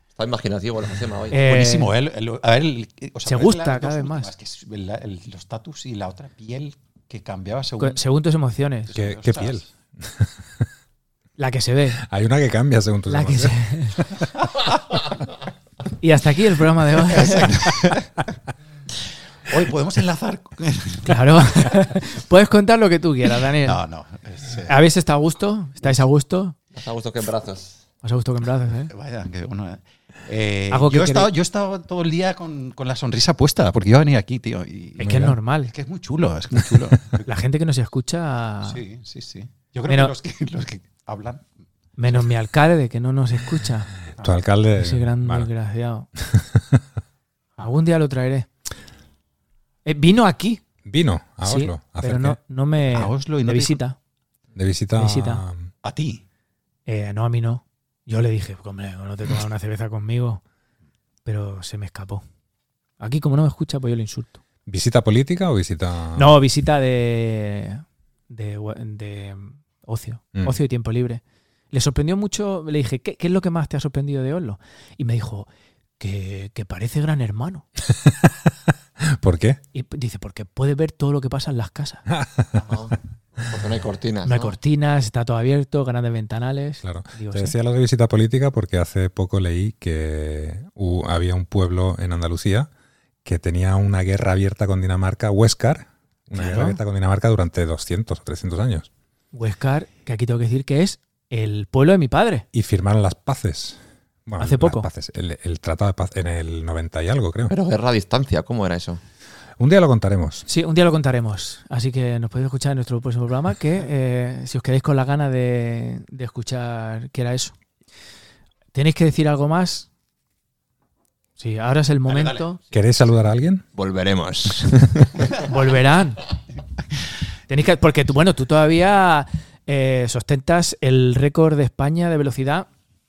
Está imaginativo el Josema hoy.
Eh,
Buenísimo, ¿eh? El- a ver, el- o sea,
se
¿cuál es
gusta
la- las
cada
dos
vez
últimas?
más.
Que es el- el- los tatus y la otra piel que cambiaba según.
co- Según tus emociones.
¿Qué,
Ostras.
qué piel?
La que se ve.
Hay una que cambia según tus
La que se...
emociones.
y hasta aquí el programa de hoy.
Hoy podemos enlazar.
Claro. Puedes contar lo que tú quieras, Daniel.
no, no. es, eh,
¿Habéis estado a gusto? ¿Estáis a gusto?
Más a gusto que en brazos.
Más a gusto que en brazos, ¿eh?
vaya, que bueno, eh. Eh,
Algo que
yo, he estado,
queréis-
yo he estado todo el día con, con la sonrisa puesta, porque iba a venir aquí, tío. y-
Es que es normal.
Es que es muy chulo, es muy chulo.
La gente que nos escucha,
Sí, sí, sí. Yo creo
Menos-
que, los que los que hablan.
menos mi alcalde que no nos escucha,
Tu alcalde.
ese gran
bueno,
desgraciado. Algún día lo traeré. Eh, vino aquí,
vino a
sí,
Oslo. a hacer
pero no,
qué?
no me
A Oslo
de
y no te
visita.
De visita.
Visita.
A ti.
Eh, no a mí no. Yo le dije, "Pues, hombre, no te tomas una cerveza conmigo, pero se me escapó. Aquí como no me escucha, pues yo le insulto.
¿Visita política o visita.?
No, visita de de, de ocio,
Mm.
ocio y tiempo libre. le sorprendió mucho, le dije, ¿qué, qué es lo que más te ha sorprendido de Oslo? Y me dijo, que, que parece gran hermano.
¿Por qué?
Y p- dice, porque puede ver todo lo que pasa en las casas.
Ah.
No, porque no hay cortinas.
No hay
¿no?
cortinas, está todo abierto, grandes ventanales.
Claro.
Digo,
Te
sí.
decía lo de visita política porque hace poco leí que hu- había un pueblo en Andalucía que tenía una guerra abierta con Dinamarca, Huescar, una
Claro.
guerra abierta con Dinamarca durante 200 o 300 años.
Huescar, que aquí tengo que decir que es el pueblo de mi padre.
Y firmaron las paces. Bueno,
Hace
las
poco.
paces, el, el tratado de paz en el 90 y algo, creo.
Pero guerra a distancia, ¿cómo era eso?
Un día lo contaremos.
Sí, un día lo contaremos. Así que nos podéis escuchar en nuestro próximo programa, que eh, si os quedáis con la gana de, de escuchar qué era eso. ¿Tenéis que decir algo más? Sí, ahora es el
Dale,
momento.
¿Queréis saludar a alguien?
Volveremos.
Volverán. Tenéis que, porque tú, bueno, tú todavía eh, sostentas el récord de España de velocidad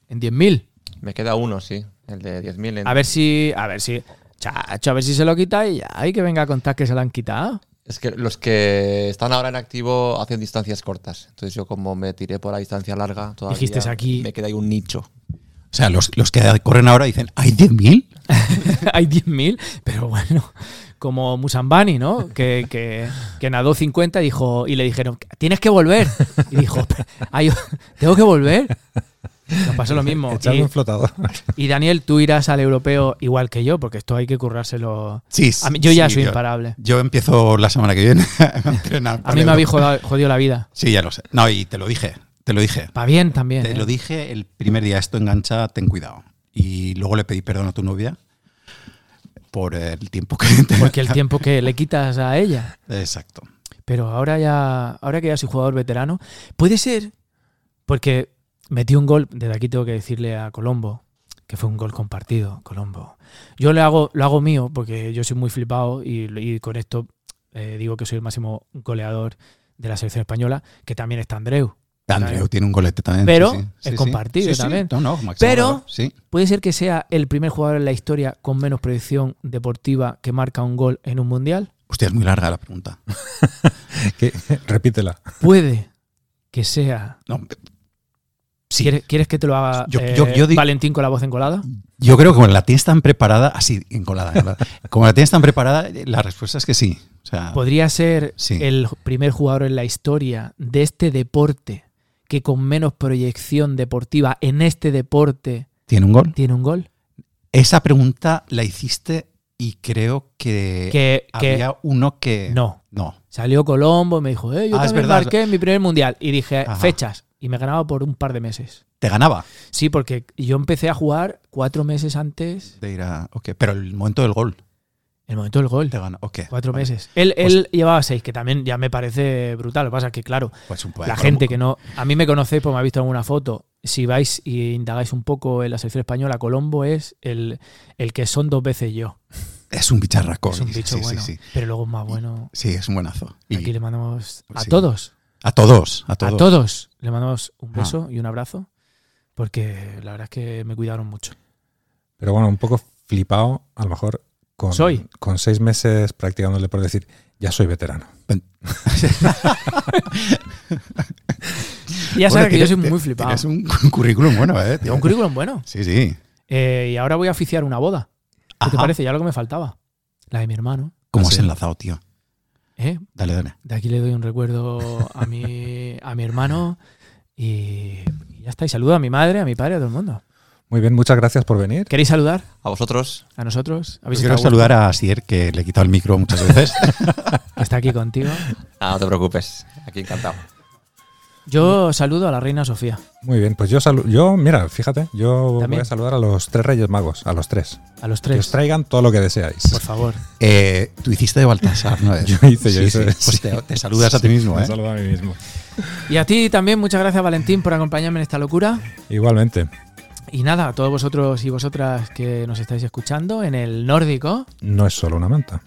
en 10.000.
Me queda uno, sí. El de 10.000. en-
A ver si, a ver si, chacho, a ver si se lo quita y ay que venga a contar que se lo han quitado.
Es que los que están ahora en activo hacen distancias cortas. Entonces yo como me tiré por la distancia larga, todavía
Dijiste, aquí-
me queda ahí un nicho.
O sea, los, los que corren ahora dicen, ¿hay 10.000?
Hay 10.000, pero bueno, como Musambani, ¿no? Que, que, que nadó 50 y dijo, y le dijeron, tienes que volver. Y dijo, "Ay, tengo que volver. Nos pasó lo mismo.
Echadme
Y-
un flotador.
Y Daniel, tú irás al europeo igual que yo, porque esto hay que currárselo.
Sí,
A mí- yo ya
sí,
soy imparable.
Yo empiezo la semana que viene a entrenar.
A
para
mí me
el-
habéis jodado- jodido, la vida.
Sí, ya lo sé. No, y te lo dije, te lo dije.
Para bien también.
Te
¿eh?
lo dije el primer día, esto engancha, ten cuidado. Y luego le pedí perdón a tu novia por el tiempo que...
Porque el tiempo que le quitas a ella.
Exacto.
Pero ahora ya, ahora que ya soy jugador veterano, puede ser, porque metí un gol, desde aquí tengo que decirle a Colombo, que fue un gol compartido, Colombo. Yo le hago, lo hago mío, porque yo soy muy flipado y, y con esto eh, digo que soy el máximo goleador de la selección española, que también está Andreu.
Andreu tiene un golete también.
Pero
sí, sí,
es compartido
Sí, sí.
también.
No, no, máximo
Pero-
goleador, sí.
Puede ser que sea el primer jugador en la historia con menos proyección deportiva que marca un gol en un mundial.
Hostia, es muy larga la pregunta.
Que- repítela.
Puede que sea.
No,
¿Quieres, quieres que te lo haga
Yo-
eh,
yo- yo di-
Valentín con la voz encolada?
yo creo que como la tienes tan preparada, así, encolada, ¿verdad? Como la tienes tan preparada, la respuesta es que sí. O sea,
Podría ser
Ah. Sí.
el primer jugador en la historia de este deporte que con menos proyección deportiva en este deporte
tiene un gol.
tiene un gol.
Esa pregunta la hiciste y creo que,
Que, que-
Eh, había uno que...
no.
No.
Salió Colombo y me dijo, eh, yo
Ah, es
también
verdad.
marqué en mi primer mundial. Y dije,
Ajá.
fechas. Y me ganaba por un par de meses.
Te ganaba
Sí, porque yo empecé a jugar cuatro meses antes
de ir a... ok, Pero el momento del gol
el momento del gol.
te gana. ok,
Cuatro
vale. Pues
meses. Él, él llevaba seis, que también ya me parece brutal. Lo que pasa es que, claro,
Pues un-
la
bueno,
gente que no. A mí me conocéis, pues me ha visto alguna foto. Si vais y indagáis un poco en la selección española, Colombo es el, el que son dos veces yo.
Es un bicharraco.
Es un
sí,
bicho
sí,
bueno.
Sí, sí.
Pero luego es más bueno.
Sí, es un buenazo. Y
Aquí le mandamos a
sí.
todos,
a todos, a
a
todos.
todos, le mandamos un
Ah.
beso y un abrazo. Porque la verdad es que me cuidaron mucho.
Pero bueno, un poco flipado, a lo mejor, con,
Soy.
con seis meses practicando el deporte, decir, ya soy veterano.
Y ya sabes
Bueno,
que yo soy
tienes-
muy flipado.
Tienes un cu- currículum bueno, ¿eh?
Tengo un currículum bueno.
Sí, sí.
Eh, y ahora voy a oficiar una boda. ¿Qué te
Ajá.
parece? Ya lo que me faltaba. La de mi hermano.
¿Cómo
Ah,
has
sí.
enlazado, tío?
¿eh?
Dale, dale.
De aquí le doy un recuerdo a mi, a mi hermano. Y, y ya está. Y saludo a mi madre, a mi padre, a todo el mundo.
Muy bien, muchas gracias por venir.
¿Queréis saludar
A vosotros,
a nosotros?
Yo
¿Habéis
quiero
estado a gusto?
saludar a Asier, que le he quitado el micro muchas veces.
Que está aquí contigo.
ah, no te preocupes. Aquí encantado.
Yo saludo a la reina Sofía.
Muy bien, pues yo salu- yo, mira, fíjate, yo voy
También.
a saludar a los tres Reyes Magos, a los tres.
A los
Que os
tres.
traigan todo lo que deseáis.
Pues
Por favor.
Eh, tú hiciste de Baltasar, ¿no?
Yo hice, yo
Sí,
hice.
sí. Pues te, te saludas a ti mismo,
Me
¿eh?
saludo a mí mismo.
Y a ti también, muchas gracias, Valentín, por acompañarme en esta locura.
Igualmente,
Y nada, a todos vosotros y vosotras que nos estáis escuchando en el nórdico.
no es solo una manta.